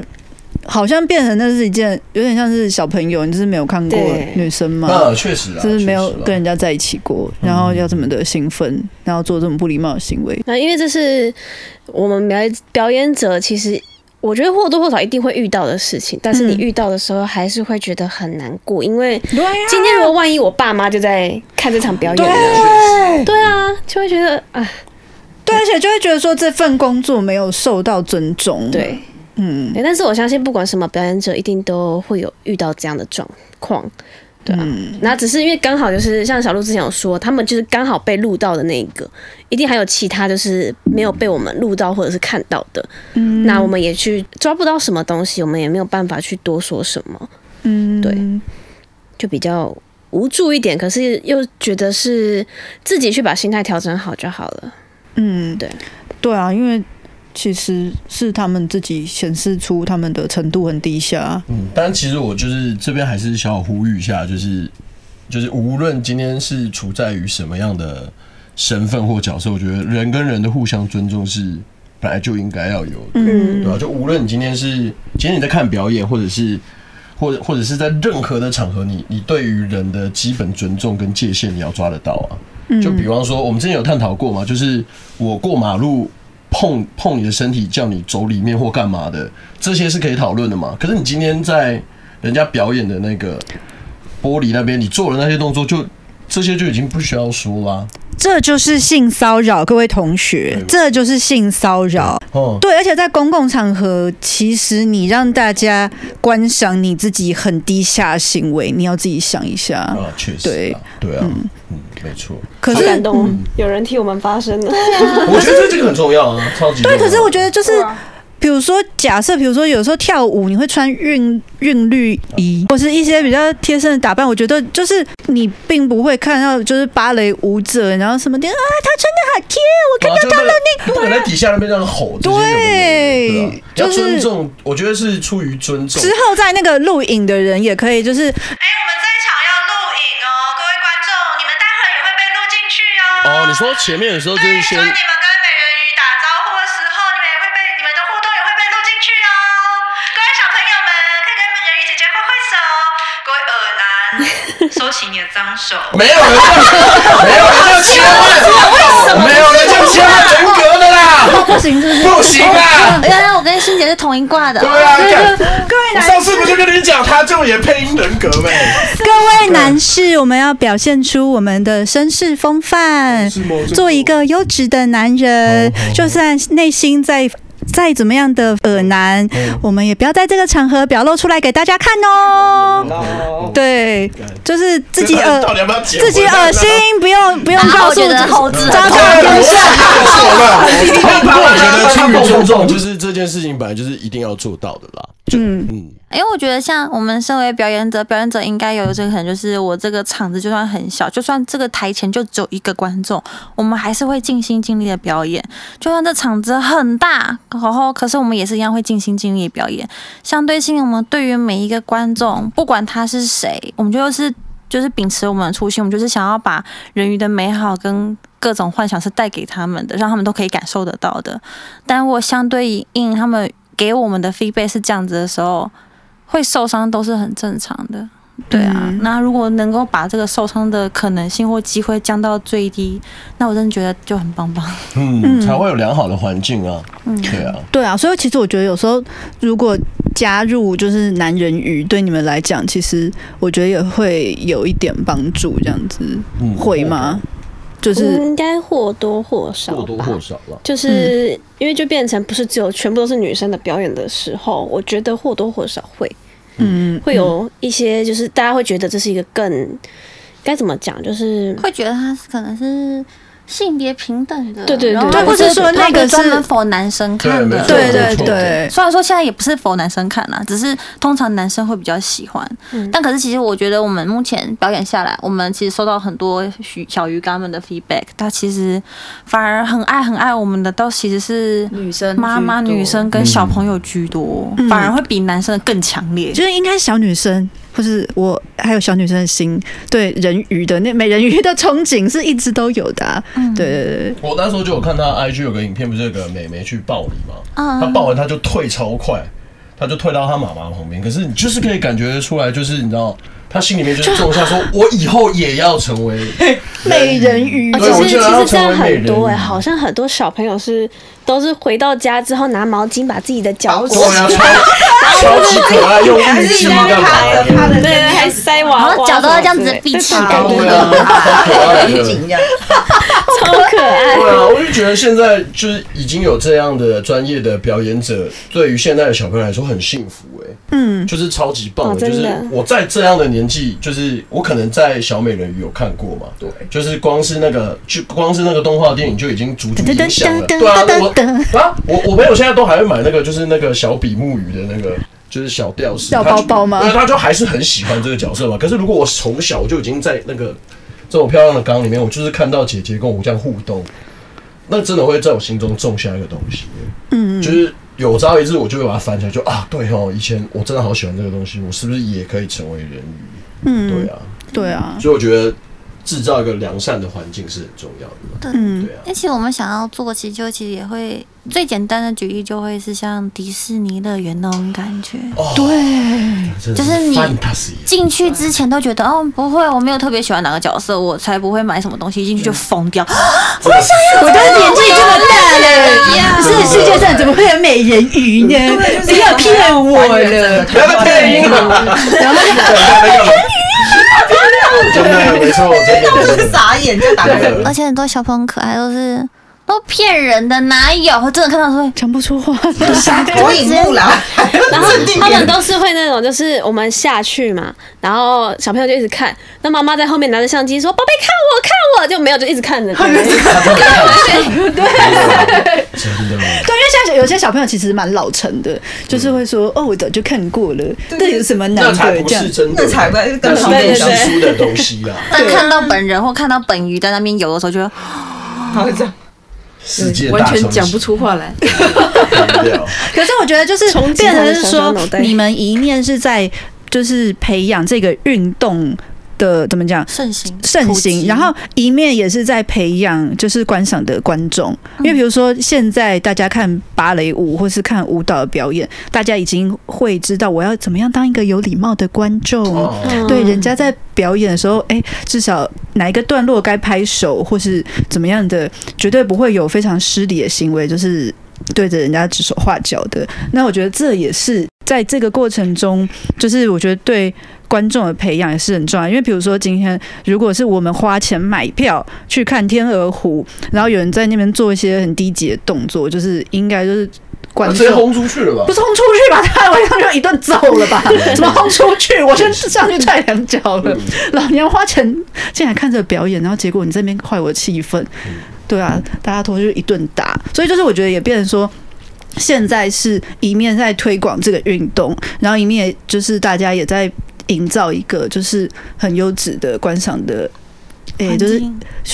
好像变成那是一件有点像是小朋友，你就是没有看过
对
女生嘛，
啊，确实啊，
就是没有
确实啦嗯
跟人家在一起过，然后要这么的兴奋，然后做这种不礼貌的行为。
那因为这是我们表演表演者，其实我觉得或多或少一定会遇到的事情，但是你
嗯
遇到的时候还是会觉得很难过，因为
对啊
今天如果万一我爸妈就在看这场表演呢，
对
对啊，就会觉得啊，
对，而且就会觉得说这份工作没有受到尊重。
对，。
嗯，
对，但是我相信，不管什么表演者，一定都会有遇到这样的状况，对啊。那、只是因为刚好就是像小鹿之前有说，他们就是刚好被录到的那一个，一定还有其他就是没有被我们录到或者是看到的。嗯，那我们也去抓不到什么东西，我们也没有办法去多说什么，
嗯，
对就比较无助一点。可是又觉得是自己去把心态调整好就好了。
嗯，
对，
对啊，因为其实是他们自己显示出他们的程度很低下。啊
嗯，但其实我就是这边还是小小呼吁一下，就是就是无论今天是处在于什么样的身份或角色，我觉得人跟人的互相尊重是本来就应该要有的，
嗯
对啊吧、就无论你今天是今天你在看表演，或者是或者或者是在任何的场合，你你对于人的基本尊重跟界限你要抓得到啊。就比方说，我们之前有探讨过嘛，就是我过马路碰碰你的身体，叫你走里面或干嘛的，这些是可以讨论的嘛。可是你今天在人家表演的那个玻璃那边，你做的那些动作就，这些就已经不需要说啦。
这就是性骚扰，各位同学
对，
这就是性骚扰。
哦，
对，而且在公共场合，其实你让大家观赏你自己很低下的行为，你要自己想一下。
啊，确实
对
啊，对啊，嗯，没错。
可是，
动，有人替我们发声 了。
我觉得这个很重要啊，超级重
对，
要。
可是我觉得就是。比如说，假设，比如说，有时候跳舞你会穿韵韵律衣，或是一些比较贴身的打扮，我觉得就是你并不会看到就是芭蕾舞者，然后什么的啊，她穿的好贴，我看
啊，就不能不能在底下那边这样吼，这些有的没的对啊
对
要
就是
尊重，我觉得是出于尊重
之。后在那个录影的人也可以，就是哎、我们这一场要录影哦，各位观众，你们待会也会被录进去哦。
哦，你说前面的时候就是先
所以你们跟美人鱼打招呼的时候，你们也会被你们的互动也会被录进去哦。各位小朋友们，可以跟美人鱼姐姐挥挥手。各位耳男，收起你的 脏 手。
没有人这样，没有人这样切换，没有人这样切换人格的啦，
不行，是
不行啊！
哦原来我跟欣姐是同一挂的
对 啊，干我上次不就跟你讲，他就演配音人格呗？
各位男士，我们要表现出我们的绅士风范，
是吗
做一个优质的男人。就算内心在再怎么样的恶男，
嗯
我们也不要在这个场合表露出来给大家看哦。对，就是 自己恶
到底要不要结婚啊
自己恶心，不用不用告
啊我
诉
觉得猴子
抓到人上。
我觉得出于尊 重，就是这件事情本来就是一定要做到的啦。
嗯，
嗯，
因为我觉得像我们身为表演者，表演者应该有这个可能，就是我这个场子就算很小，就算这个台前就只有一个观众，我们还是会尽心尽力的表演。就算这场子很大，然后可是我们也是一样会尽心尽力地表演。相对性，我们对于每一个观众，不管他是谁，我们就是就是秉持我们的初心，我们就是想要把人鱼的美好跟各种幻想是带给他们的，让他们都可以感受得到的。但我相对应他们给我们的 feedback 是这样子的时候，会受伤都是很正常的。对啊，
嗯
那如果能够把这个受伤的可能性或机会降到最低，那我真的觉得就很棒棒。
嗯，才会有良好的环境啊。对啊，
对啊，所以其实我觉得有时候如果加入就是男人鱼，对你们来讲，其实我觉得也会有一点帮助，这样子
嗯，
会吗？就是
应该或多或少
或多
吧
或少啦。
就是、因为就变成不是只有全部都是女生的表演的时候，我觉得或多或少会
嗯，
会有一些，就是大家会觉得这是一个更该怎么讲，就是
会觉得他是可能是性别平等的，
对对对
然后
对
或
或
者
是
说
说
那
那
个
个是
专门否男生看
对没
的，
错
对对对，
虽然说现在也不是否男生看啦、只是通常男生会比较喜欢。但可是其实我觉得我们目前表演下来，我们其实收到很多鱼小鱼干们的 feedback，他其实反而很爱很爱我们的，都其实是
女生
妈妈、女生跟小朋友居多，
嗯
反而会比男生的更强烈。
就是应该是小女生，或是我还有小女生的心，对人鱼的那美人鱼的憧憬是一直都有的、啊。对对对，
我那时候就有看他 IG 有个影片，不是有个美眉去抱你吗？
嗯
她抱完她就退超快，她就退到她妈妈旁边。可是你就是可以感觉得出来，就是你知道，她心里面就是种下说，我以后也要成为
美人鱼
啊，
对我
其
觉得
实其
要
实这
成
样
为美人
很多哎、
鱼
好像很多小朋友是都是回到家之后拿毛巾把自己的脚
对啊，超超级可爱，用浴巾干嘛的？
对对，还塞娃
然
娃，
后脚都要这样子闭起来，
对啊，可爱
很
的。
紧这样，
超可爱。
对啊，我就觉得现在就是已经有这样的专业的表演者，对于现在的小朋友来说很幸福哎、嗯，就是超级棒
哦
的，
真
就
的
是我在这样的年纪，就是我可能在小美人鱼有看过嘛，对，就是光是那个就光是那个动画电影就已经足足影响了，对啊，我啊我我朋友现在都还会买那个就是那个小比目鱼的那个。就是小吊饰，
小
他就
包包吗
对，他就还是很喜欢这个角色嘛。可是如果我从小就已经在那个这种漂亮的缸里面，我就是看到姐姐跟我这样互动，那真的会在我心中种下一个东西。嗯，就是有朝一日我就会把它翻起来，就啊，对哦，以前我真的好喜欢这个东西，我是不是也可以成为人鱼？嗯，对啊，
对啊，
所以我觉得制造一个良善的环境是很重要的。
嗯
对啊，
而且我们想要做，其实就其实也会最简单的举例，就会是像迪士尼乐园那种感觉。
哦，对，
就是你进去之前都觉得哦不会，我没有特别喜欢哪个角色，我才不会买什么东西，一进去就疯 掉。
我都年纪这么大了，可是世界上怎么会有美人鱼呢？不要骗我了，
不要再配音了，
然后
真的没错，真的
就是傻眼就打开。
而且很多小朋友很可爱都是都骗人的，哪有？我真的看到说
讲不出 话，
我引木兰，
然后他们都是会那种，就是我们下去嘛，然后小朋友就一直看，那妈妈在后面拿着相机说：“宝贝，看我，看我！”就没有就一直看 着。
真的。
对，因为现在有些小朋友其实蛮老成的，就是会说哦，我早就看过了，这有什么
那
难
才
的
不
这样
是？真的，
那才不是
那
跟
是
旁
练
边
习书的东西 啊！
但看到本人或看到本鱼在那边游的时候，就哦
好这样，
世界
完
大
全
冲击
讲不出话 来。
不了
可是我觉得就是
冲击
变
他
成
的
是
小小
说
脑，袋
你们一面是在就是培养这个运动的怎么讲？
盛行
盛
普及
行，然后一面也是在培养，就是观赏的观众。因为比如说，现在大家看芭蕾舞或是看舞蹈的表演，大家已经会知道我要怎么样当一个有礼貌的观众。
哦，
对，人家在表演的时候，哎、至少哪一个段落该拍手或是怎么样的，绝对不会有非常失礼的行为，就是对着人家指手画脚的。那我觉得这也是在这个过程中，就是我觉得对。观众的培养也是很重要，因为比如说今天如果是我们花钱买票去看天鹅湖，然后有人在那边做一些很低级的动作，就是应该就是灌
直接
授。
轰出去了吧
不？是轰出去吧？ 他晚上就一顿揍了吧？什么轰出去？我真是上去踹两脚
嗯
了。老娘花钱进来看这个表演，然后结果你这边坏我气氛，对啊，大家头就一顿打。所以就是我觉得也变成说，现在是一面在推广这个运动，然后一面也就是大家也在营造一个就是很优质的观赏的。诶、就是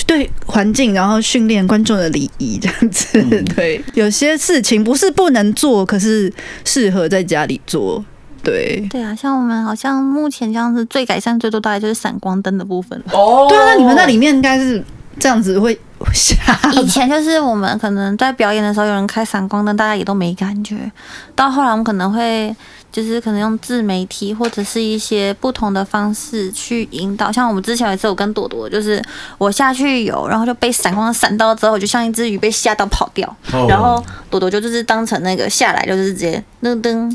对环境，然后训练观众的礼仪这样子。对，有些事情不是不能做，可是适合在家里做。对，
对啊，像我们好像目前这样子最改善最多大概就是闪光灯的部分吧。
哦，
对啊，那你们那里面应该是这样子会会吓
以前就是我们可能在表演的时候有人开闪光灯，大家也都没感觉。到后来我们可能会就是可能用自媒体或者是一些不同的方式去引导。像我们之前有一次我跟朵朵，就是我下去游，然后就被闪光灯闪到之后，我就像一只鱼被吓到跑掉。
哦
然后朵朵就就是当成那个下来就是直接噔噔。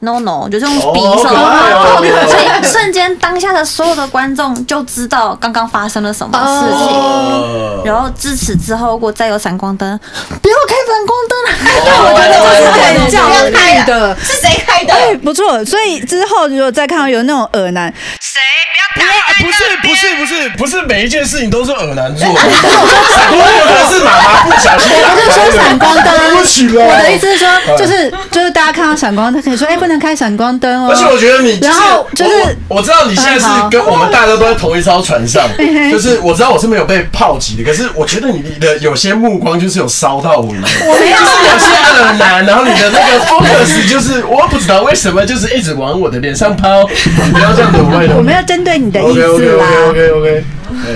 no no，就是用匕
哦
首，
好可爱哦
所以瞬间当下的所有的观众就知道刚刚发生了什么事情。
呃
哦，
然后自此之后，如果再有闪光灯，不要开闪光灯啊了。
我
哦
觉得我
很教育的，
是谁开的？
对，不错。所以之后如果再看到有那种耳男，
哎
不是不是不是不是每一件事情都是耳难 做，闪光有可能是妈妈不小心，
我就说闪光灯。
对不起了。
我的意思是说，就是就是大家看到闪光灯，可以说，哎、不能开闪光灯哦。
而且我觉得你，
然后就是嗯
我我我知道你现在是跟我们大家都在同一艘船上，就是我知道我是没有被炮击的，可是我觉得你的有些目光就是有烧到我的，我没有，
啊
就是有些很难，然后你的那个 focus 就是我不知道为什么就是一直往我的脸上抛，不要这样子，我会的
我没有针对你的意
OK
思
OK
啦。
OK OK OK，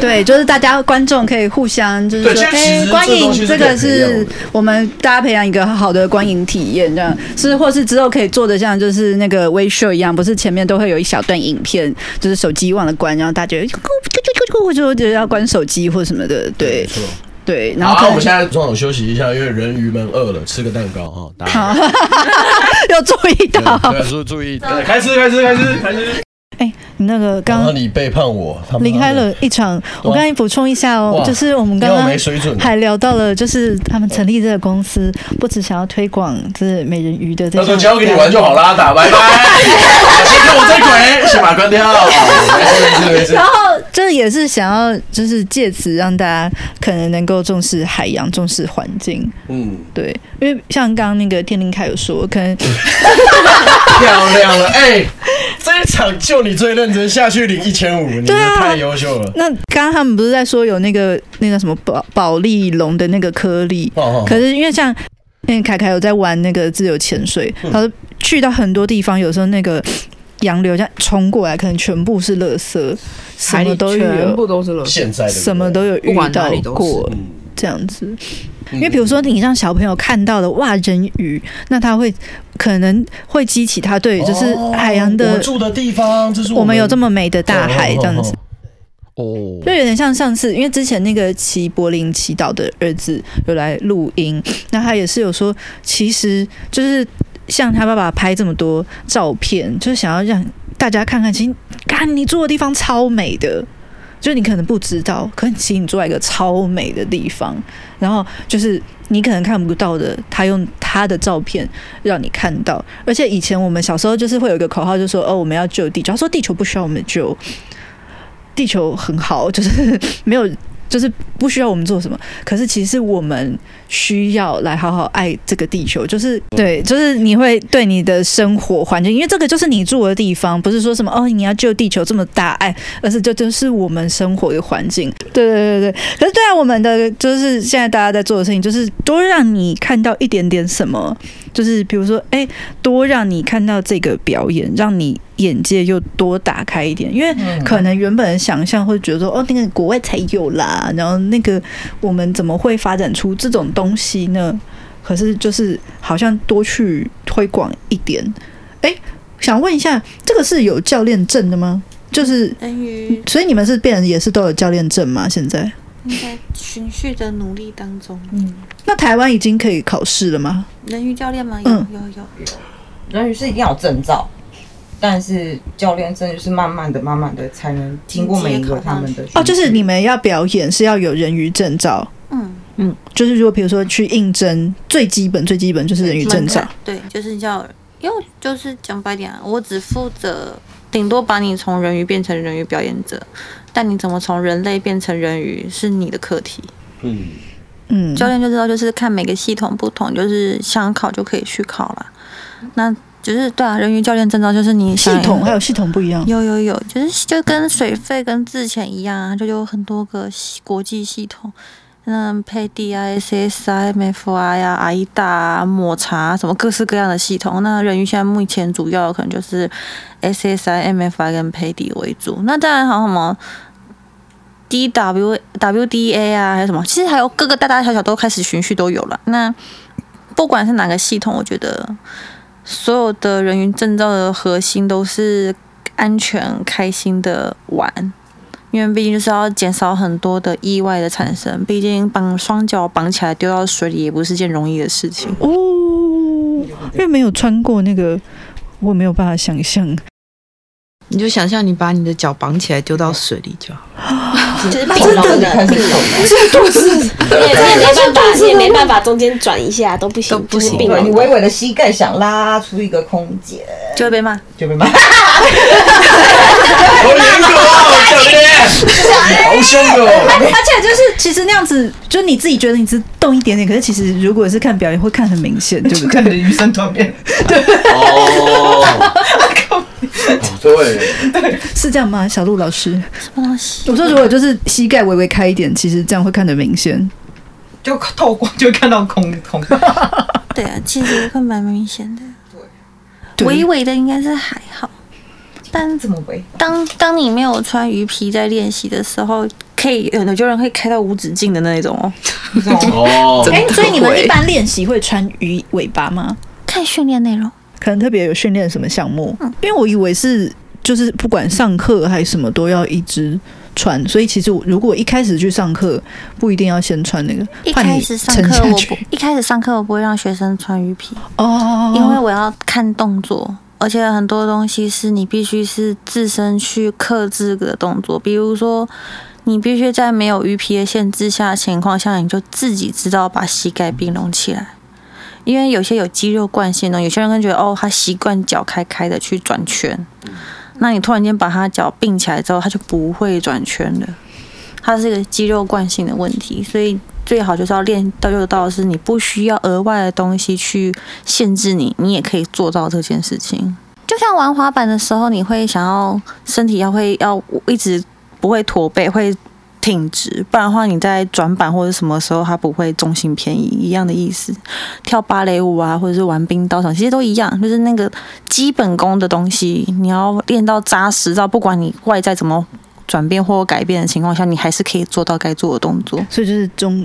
对，就是大家观众可以互相就是
对
说，
其实其
哎、
实
观
这东
影
西
这
是可
个
以培养
是
的
我们大家培养一个好的观影体验，这样是或是之后可以做的像就是那个微秀一样，不是前面都会有一小段影片，就是手机忘了关，然后大家就就就就要关手机或什么的，对
没错。
对，然后
好，
可
我们
能
现在中场休息一下，因为人鱼们饿了，吃个蛋糕啊，大家
要注意到，
对，注注意，开吃开吃开吃开吃。
你那个
然后
刚
你背叛我，他妈的啊
离开了一场，我刚才补充一下哦
哇，
就是我们刚
要
刚
没水准，
还聊到了，就是他们成立这个公司，不只想要推广就是美人鱼的这
那就
个，
交给你玩就好啦，打 拜拜。我先跟我这鬼，先把它关掉。没事没事没事
然。后这也是想要就是借此让大家可能能够重视海洋、重视环境，
嗯，
对，因为像刚刚那个天灵凯有说，可能
漂亮了，哎，这一场就你最认真，下去领一千五，你真的
啊
太优秀了。
那刚刚他们不是在说有那个那个什么宝宝丽龙的那个颗粒，
哦
可是因为像嗯，凯凯有在玩那个自由潜水，
嗯
然后去到很多地方，有时候那个洋流这样冲过来，可能全部是垃圾，什
海里
么都
全
有，
部都是垃圾。
现在的
什么都有
不
遇
管哪
到
里都是
过
嗯
这样子。
因
因为比如说你让小朋友看到的哇人鱼，那他会可能会激起他对就是海洋
哦我
的
们，住的地方，这是
我们有这么美的大海这样子。。
哦，
就有点像上次，因为之前那个齐柏林祈祷的儿子有来录音，那他也是有说，其实就是像他爸爸拍这么多照片，就是想要让大家看看，其实看你住的地方超美的。就是你可能不知道，可是其实你住在一个超美的地方，然后就是你可能看不到的，他用他的照片让你看到。而且以前我们小时候就是会有一个口号，就说哦我们要救地球，他说地球不需要我们救，地球很好，就是 没有，就是不需要我们做什么。可是其实我们需要来好好爱这个地球，就是对，就是你会对你的生活环境，因为这个就是你住的地方，不是说什么哦你要救地球这么大爱，而是这就是我们生活的环境。对对对对对。可是对啊，我们的就是现在大家在做的事情，就是多让你看到一点点什么，就是比如说，哎、多让你看到这个表演，让你眼界又多打开一点，因为可能原本的想象会觉得说，哦，那个国外才有啦，然后那个我们怎么会发展出这种东西呢？可是就是好像多去推广一点。哎、想问一下，这个是有教练证的吗？就是，
人鱼
所以你们是变成也是都有教练证吗？现在？
应该循序的努力当中，
那台湾已经可以考试了吗？
人鱼教练吗？有
嗯
有有，
人鱼是一定要有证照，但是教练证就是慢慢的、慢慢的
哦
才能经过每一个他们的训练
哦，就是你们要表演是要有人鱼证照，
嗯，
嗯，就是如果比如说去应征，最基本最基本就是人与证照，
对，就是叫，因为就是讲白点啊，我只负责顶多把你从人鱼变成人鱼表演者，但你怎么从人类变成人鱼是你的课题。
嗯，
嗯，
教练就知道，就是看每个系统不同，就是想考就可以去考了。那就是对啊，人鱼教练证照就是你
系
想
统还有系统不一样，
有有有，就是就跟水费跟自潜一样啊，就有很多个系国际系统，嗯，配 D I S S I M F I 啊、阿伊达啊、抹茶啊什么各式各样的系统。那人鱼现在目前主要可能就是 S S I M F I 跟配 D 为主。那当然还有什么 D W W D A 啊，还有什么，其实还有各个大大小小都开始循序都有了。那不管是哪个系统，我觉得所有的人鱼证照的核心都是安全、开心的玩，因为毕竟就是要减少很多的意外的产生。毕竟绑双脚绑起来丢到水里也不是件容易的事情。
哦，因为没有穿过那个，我没有办法想象。
你就想象你把你的脚绑起来丢到水里就好，
就是绑牢
啊
的，你也没办法，你也没办法，中间转一下都不行，
不行
就是病
对
人
你
的。
微的膝盖想拉出一个空间，
就会被骂。
就被骂。
好严格哦，教 练，好凶哦。
而且就是，其实那样子，就是你自己觉得你只动一点点，可是其实如果是看表演，会看很明显，对不对？
看 你的鱼身突然变，
哦，对，
是这样吗，小鹿老师？
什么东西？
我说，如果就是膝盖微微开一点，其实这样会看得明显。
就透光就看到空空。
对啊，其实会蛮明显的。
对
微微的应该是还好，但
这么微，
当当你没有穿鱼皮在练习的时候，可以有的有人会开到无止境的那一种哦。
哦，
哎、所以你们一般练习会穿鱼尾巴吗？
看训练内容，
可能特别有训练什么项目？
嗯
因为我以为是就是不管上课还是什么都要一直穿，所以其实我如果一开始去上课，不一定要先穿那个，
一
怕
开
你
始上
沉
课
下
我
去
不一开始上课我不会让学生穿鱼皮，
哦，
因为我要看动作，而且很多东西是你必须是自身去克制的动作，比如说。你必须在没有鱼皮的限制下的情况下，你就自己知道把膝盖并拢起来，因为有些有肌肉惯性的，有些人会觉得哦，他习惯脚开开的去转圈，那你突然间把他脚并起来之后，他就不会转圈了，它是一个肌肉惯性的问题，所以最好就是要练到就到的是你不需要额外的东西去限制你，你也可以做到这件事情。就像玩滑板的时候，你会想要身体要会要一直不会驼背，会挺直，不然的话你在转板或者什么时候它不会重心偏移，一样的意思。跳芭蕾舞啊，或者是玩冰刀场，其实都一样，就是那个基本功的东西，你要练到扎实到，不管你外在怎么转变或改变的情况下，你还是可以做到该做的动作。
所以就是中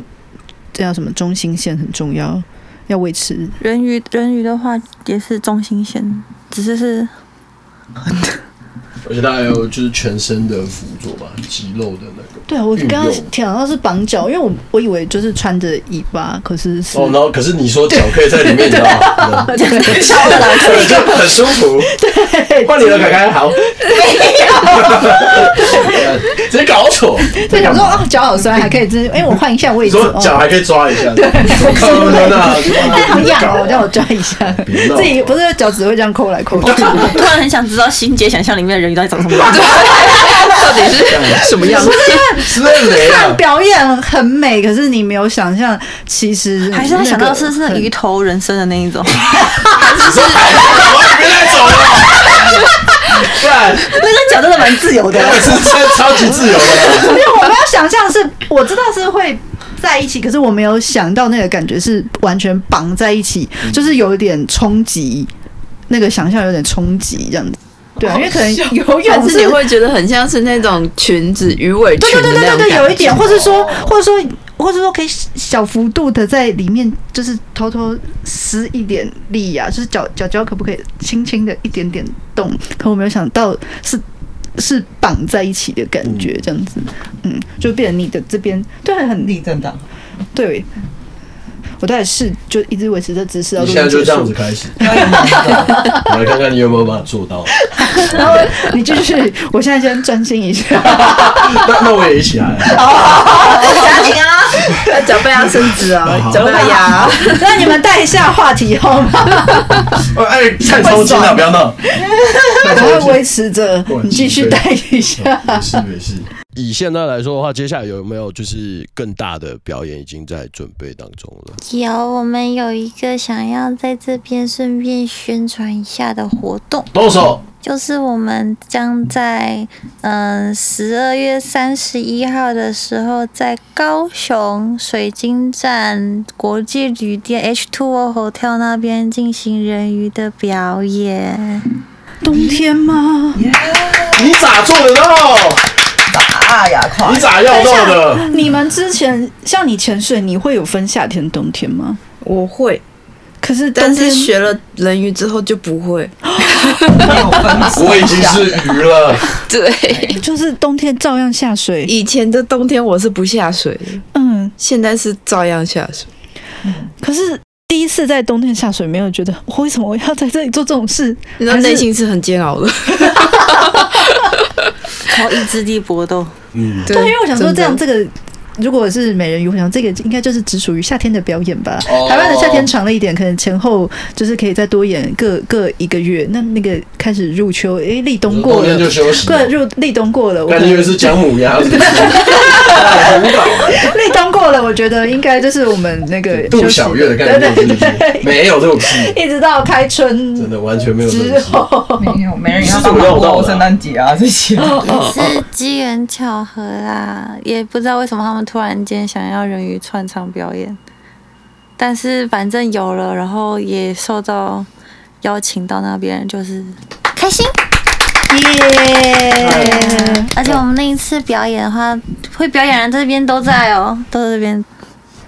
这叫什么中心线很重要，要维持。
人鱼人鱼的话也是中心线，只是是
而且它还有就是全身的辅佐吧，肌肉的那个。
对啊，我
运
刚刚
用
想到是绑脚，因为我我以为就是穿着尾巴，可是是、
哦，然后可是你说脚可以在里面，你知道吗？ 对对就很舒服。换你了，凯凯，好。没有， 直接搞错。
所以想说哦，脚好酸，还可以就是，哎、我换一下 位
你
置
说
哦，
脚还可以抓一下，怎么可能啊？
哎好痒
搞
哦，让我抓一下，
别闹
自己不是脚趾会这样抠来抠去。
突然很想知道心姐想象里面的人鱼到底长什么样。
到底是什么 样？
是雷
看
啊！
表演很美，可是你没有想象，其实
还是他想到是
那
是
个
鱼头人生的那一 种，
啊别再走了，不然
那个脚真的蛮自由的。
是超超级自由的啦。
因为我没有想象是，我知道是会在一起，可是我没有想到那个感觉是完全绑在一起，
嗯
就是有一点冲击，那个想象有点冲击这样子。对啊，因为可能游
但
泳
是你
是
会觉得很像是那种裙子鱼尾裙
对对
的
对
那种
对对对，有一
感觉。
点，或者说或者说或者说可以小幅度的在里面，就是偷偷施一点力呀、就是脚脚脚可不可以轻轻的一点点动？可我没有想到是。是绑在一起的感觉，这嗯样子，嗯，就变成你的这边，对，很
立正党，
对，我到底是就一直维持这姿势到
你
录
现
音
在就
结
这样子
束，
开始， 我来看看你有没有把它做到。
然后你继续，我现在先专心一下。
那那我也一起来。啊
脚背要伸直啊，脚背呀，
那你们带一下话题好吗？
哎哎，太抽筋了，不要闹。太
我
抽
会
筋
维持着，你继续带一下。
没事没事。以现在来说的话，接下来有没有就是更大的表演已经在准备当中了？
有，我们有一个想要在这边顺便宣传一下的活动，
动手，
就是我们将在嗯十二月三十一号的时候，在高雄水晶站国际旅店 H Two O Hotel 那边进行人鱼的表演。
冬天 吗？
你咋做得到？
啊呀，快！
你咋要到的？
你们之前像你潜水，你会有分夏天、冬天吗？
我会，
可是冬
但
天
是学了人鱼之后就不会。
我已经是鱼了，
对，
哎就是冬天照样下水。
以前的冬天我是不下水的，
嗯，
现在是照样下水。
可是第一次在冬天下水，没有觉得我为什么我要在这里做这种事？
你知道
还是
内心是很煎熬的。
靠意志力搏斗，
嗯，
对
对，因为我想说这样
真的
这个。如果是美人鱼，我想这个应该就是只属于夏天的表演吧。台湾的夏天长了一点，可能前后就是可以再多演各各一个月。那那个开始入秋，诶，立冬过
天就
了，
休息。
快入立冬过了，我
感
可
觉
能
是姜母鸭，是不是很老欸
立冬过了，我觉得应该就是我们 那个
杜小月的概念，是
对
不
对
是
对，
没有这种戏，
一直到开春
真的完全没有这
嗯之
种戏。
后，
没有，没人要
是
帮
我要
忙
到
过
的啊
圣诞节啊这些。
是机缘巧合啦，也不知道为什么他们突然间想要人鱼串场表演，但是反正有了，然后也受到邀请到那边，就是开心。
耶！
而且我们那一次表演的话，会表演人这边都在哦，都在这边。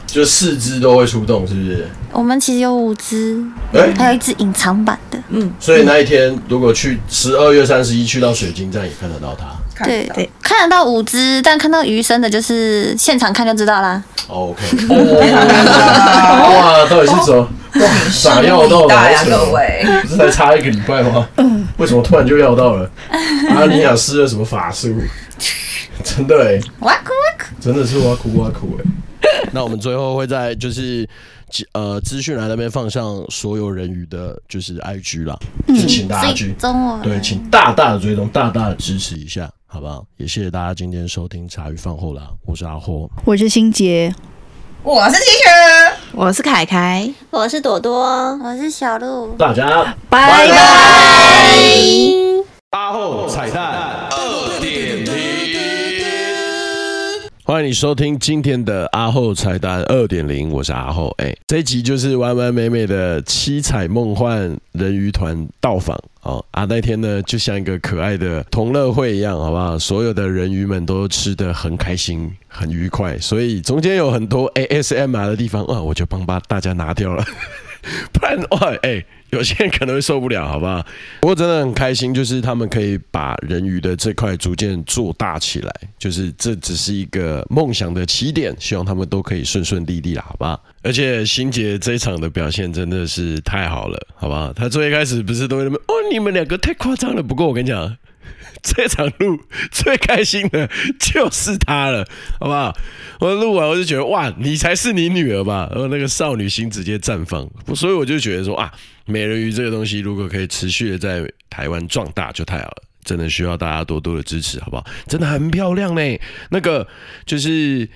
就四肢都会出动，是不是？
我们其实有五支，
哎
还有一支隐藏版的，
所以那一天如果去十二月三十一去到水晶站也看得到他。
对对，看得到五支，但看到鱼生的，就是现场看就知道啦。
OK，哇，到底是什么？哇，咋要到了？
大
好
呀，
扯
各位，
不是才差一个礼拜吗？为什么突然就要到了？啊阿尼亚施了什么法术？ 真的哎、
哇酷哇酷！
真的是挖苦挖苦哎、 那我们最后会在就是呃资讯栏那边放上所有人鱼的，就是 IG 啦，就请大家去
追踪我
对，请大大的追踪，大大的支持一下，好不好？也谢谢大家今天收听茶余饭后啦，我是阿霍，
我是心杰，
我是 T 恤。
我是凯凯，
我是朵朵，我是小鹿。
大家
拜拜。
八后彩蛋二点零，欢迎你收听今天的阿后彩蛋二点零，我是阿后。哎、这一集就是完完美美的七彩梦幻人鱼团到访哦啊！那天呢，就像一个可爱的同乐会一样，好不好？所有的人鱼们都吃的很开心，很愉快，所以中间有很多 ASMR 的地方啊，我就帮把大家拿掉了。 不然哇，哎、有些人可能会受不了，好不好？不过真的很开心，就是他们可以把人鱼的这块逐渐做大起来，就是这只是一个梦想的起点，希望他们都可以顺顺利利啦，好吧？而且欣姐这一场的表现真的是太好了，好吧？她最一开始不是都会那么哦，你们两个太夸张了。不过我跟你讲， 这场录最开心的就是她了，好不好？我录完我就觉得哇，你才是你女儿吧？然后那个少女心直接绽放，所以我就觉得说啊，美人鱼这个东西如果可以持续的在台湾壮大，就太好了。真的需要大家多多的支持，好不好？真的很漂亮嘞，那个就是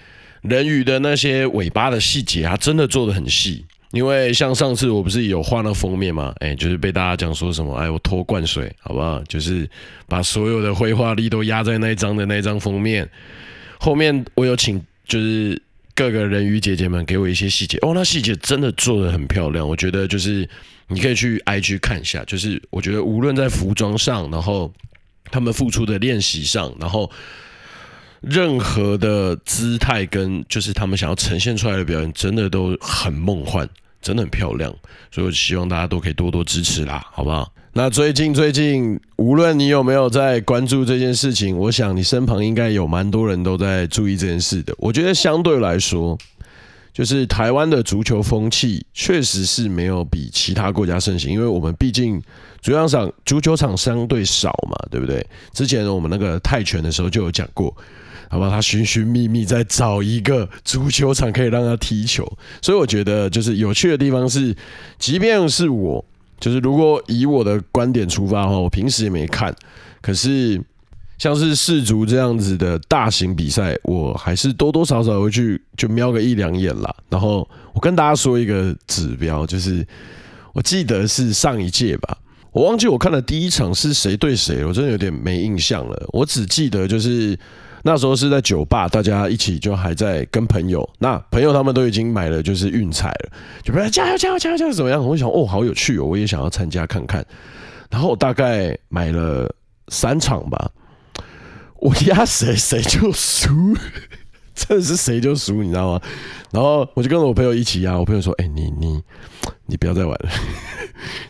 人鱼的那些尾巴的细节啊，真的做的很细。因为像上次我不是有画那封面嘛，哎，就是被大家讲说什么，哎，我偷灌水，好不好？就是把所有的绘画力都压在那一张的那一张封面，后面我有请就是各个人鱼姐姐们给我一些细节哦，那细节真的做的很漂亮，我觉得就是你可以去 IG 看一下，就是我觉得无论在服装上，然后他们付出的练习上，然后。任何的姿态跟就是他们想要呈现出来的表演，真的都很梦幻，真的很漂亮，所以我希望大家都可以多多支持啦，好不好？那最近最近，无论你有没有在关注这件事情，我想你身旁应该有蛮多人都在注意这件事的。我觉得相对来说，就是台湾的足球风气确实是没有比其他国家盛行，因为我们毕竟足球场足球场相对少嘛，对不对？之前我们那个泰拳的时候就有讲过，好吧，他寻寻觅觅在找一个足球场可以让他踢球，所以我觉得就是有趣的地方是，即便是我，就是如果以我的观点出发的话，我平时也没看，可是像是世足这样子的大型比赛，我还是多多少少会去就瞄个一两眼啦。然后我跟大家说一个指标，就是我记得是上一届吧，我忘记我看的第一场是谁对谁了，我真的有点没印象了。我只记得就是那时候是在酒吧，大家一起就还在跟朋友，那朋友他们都已经买了就是运彩了，就不要加油加油加油加油怎么样？我就想哦，好有趣哦，我也想要参加看看。然后我大概买了三场吧，我压谁谁就输，真的是谁就输，你知道吗？然后我就跟我朋友一起压，我朋友说：“哎、你你你不要再玩了，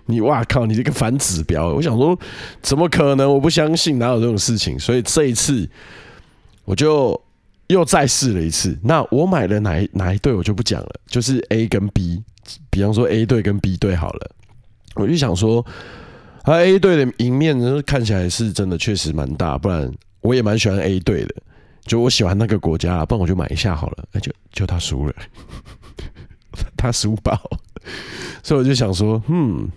你哇靠，你这个反指标！”我想说，怎么可能？我不相信，哪有这种事情？所以这一次我就又再试了一次。那我买了哪一哪一队我就不讲了，就是 A 跟 B，比方说 A 队跟 B 队好了，我就想说。他 A 队的赢面呢，看起来是真的确实蛮大，不然我也蛮喜欢 A 队的，就我喜欢那个国家，啊不然我就买一下好了。哎、就就他输了， 他输爆，所以我就想说，嗯，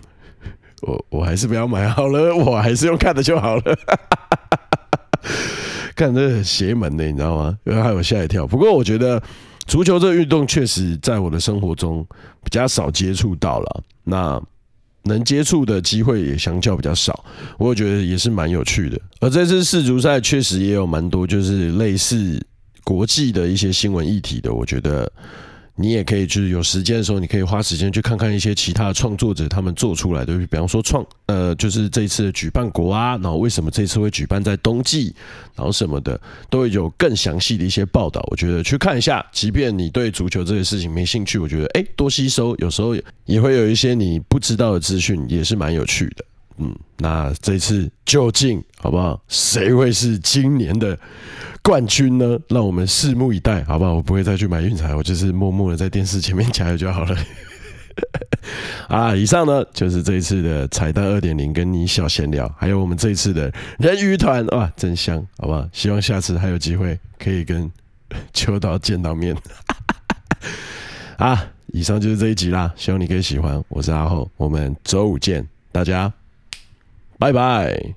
我我还是不要买好了，我还是用看的就好了。 看这很邪门的，你知道吗？然后害我吓一跳。不过我觉得足球这个运动确实在我的生活中比较少接触到了，那能接触的机会也相较比较少，我也觉得也是蛮有趣的。而这次世足赛确实也有蛮多就是类似国际的一些新闻议题的，我觉得你也可以就是有时间的时候，你可以花时间去看看一些其他的创作者他们做出来的，比方说创呃，就是这一次的举办国啊，然后为什么这次会举办在冬季，然后什么的，都有更详细的一些报道。我觉得去看一下，即便你对足球这个事情没兴趣，我觉得哎，多吸收，有时候也会有一些你不知道的资讯，也是蛮有趣的。嗯，那这次究竟好不好？谁会是今年的冠军呢？让我们拭目以待，好不好？我不会再去买运彩，我就是默默的在电视前面加油就好了。 啊，以上呢就是这一次的彩蛋二点零跟你小闲聊，还有我们这一次的人鱼团，哇，真香，好不好？希望下次还有机会可以跟 秋岛见到面。 啊，以上就是这一集啦，希望你可以喜欢，我是阿厚，我们周五见，大家拜拜。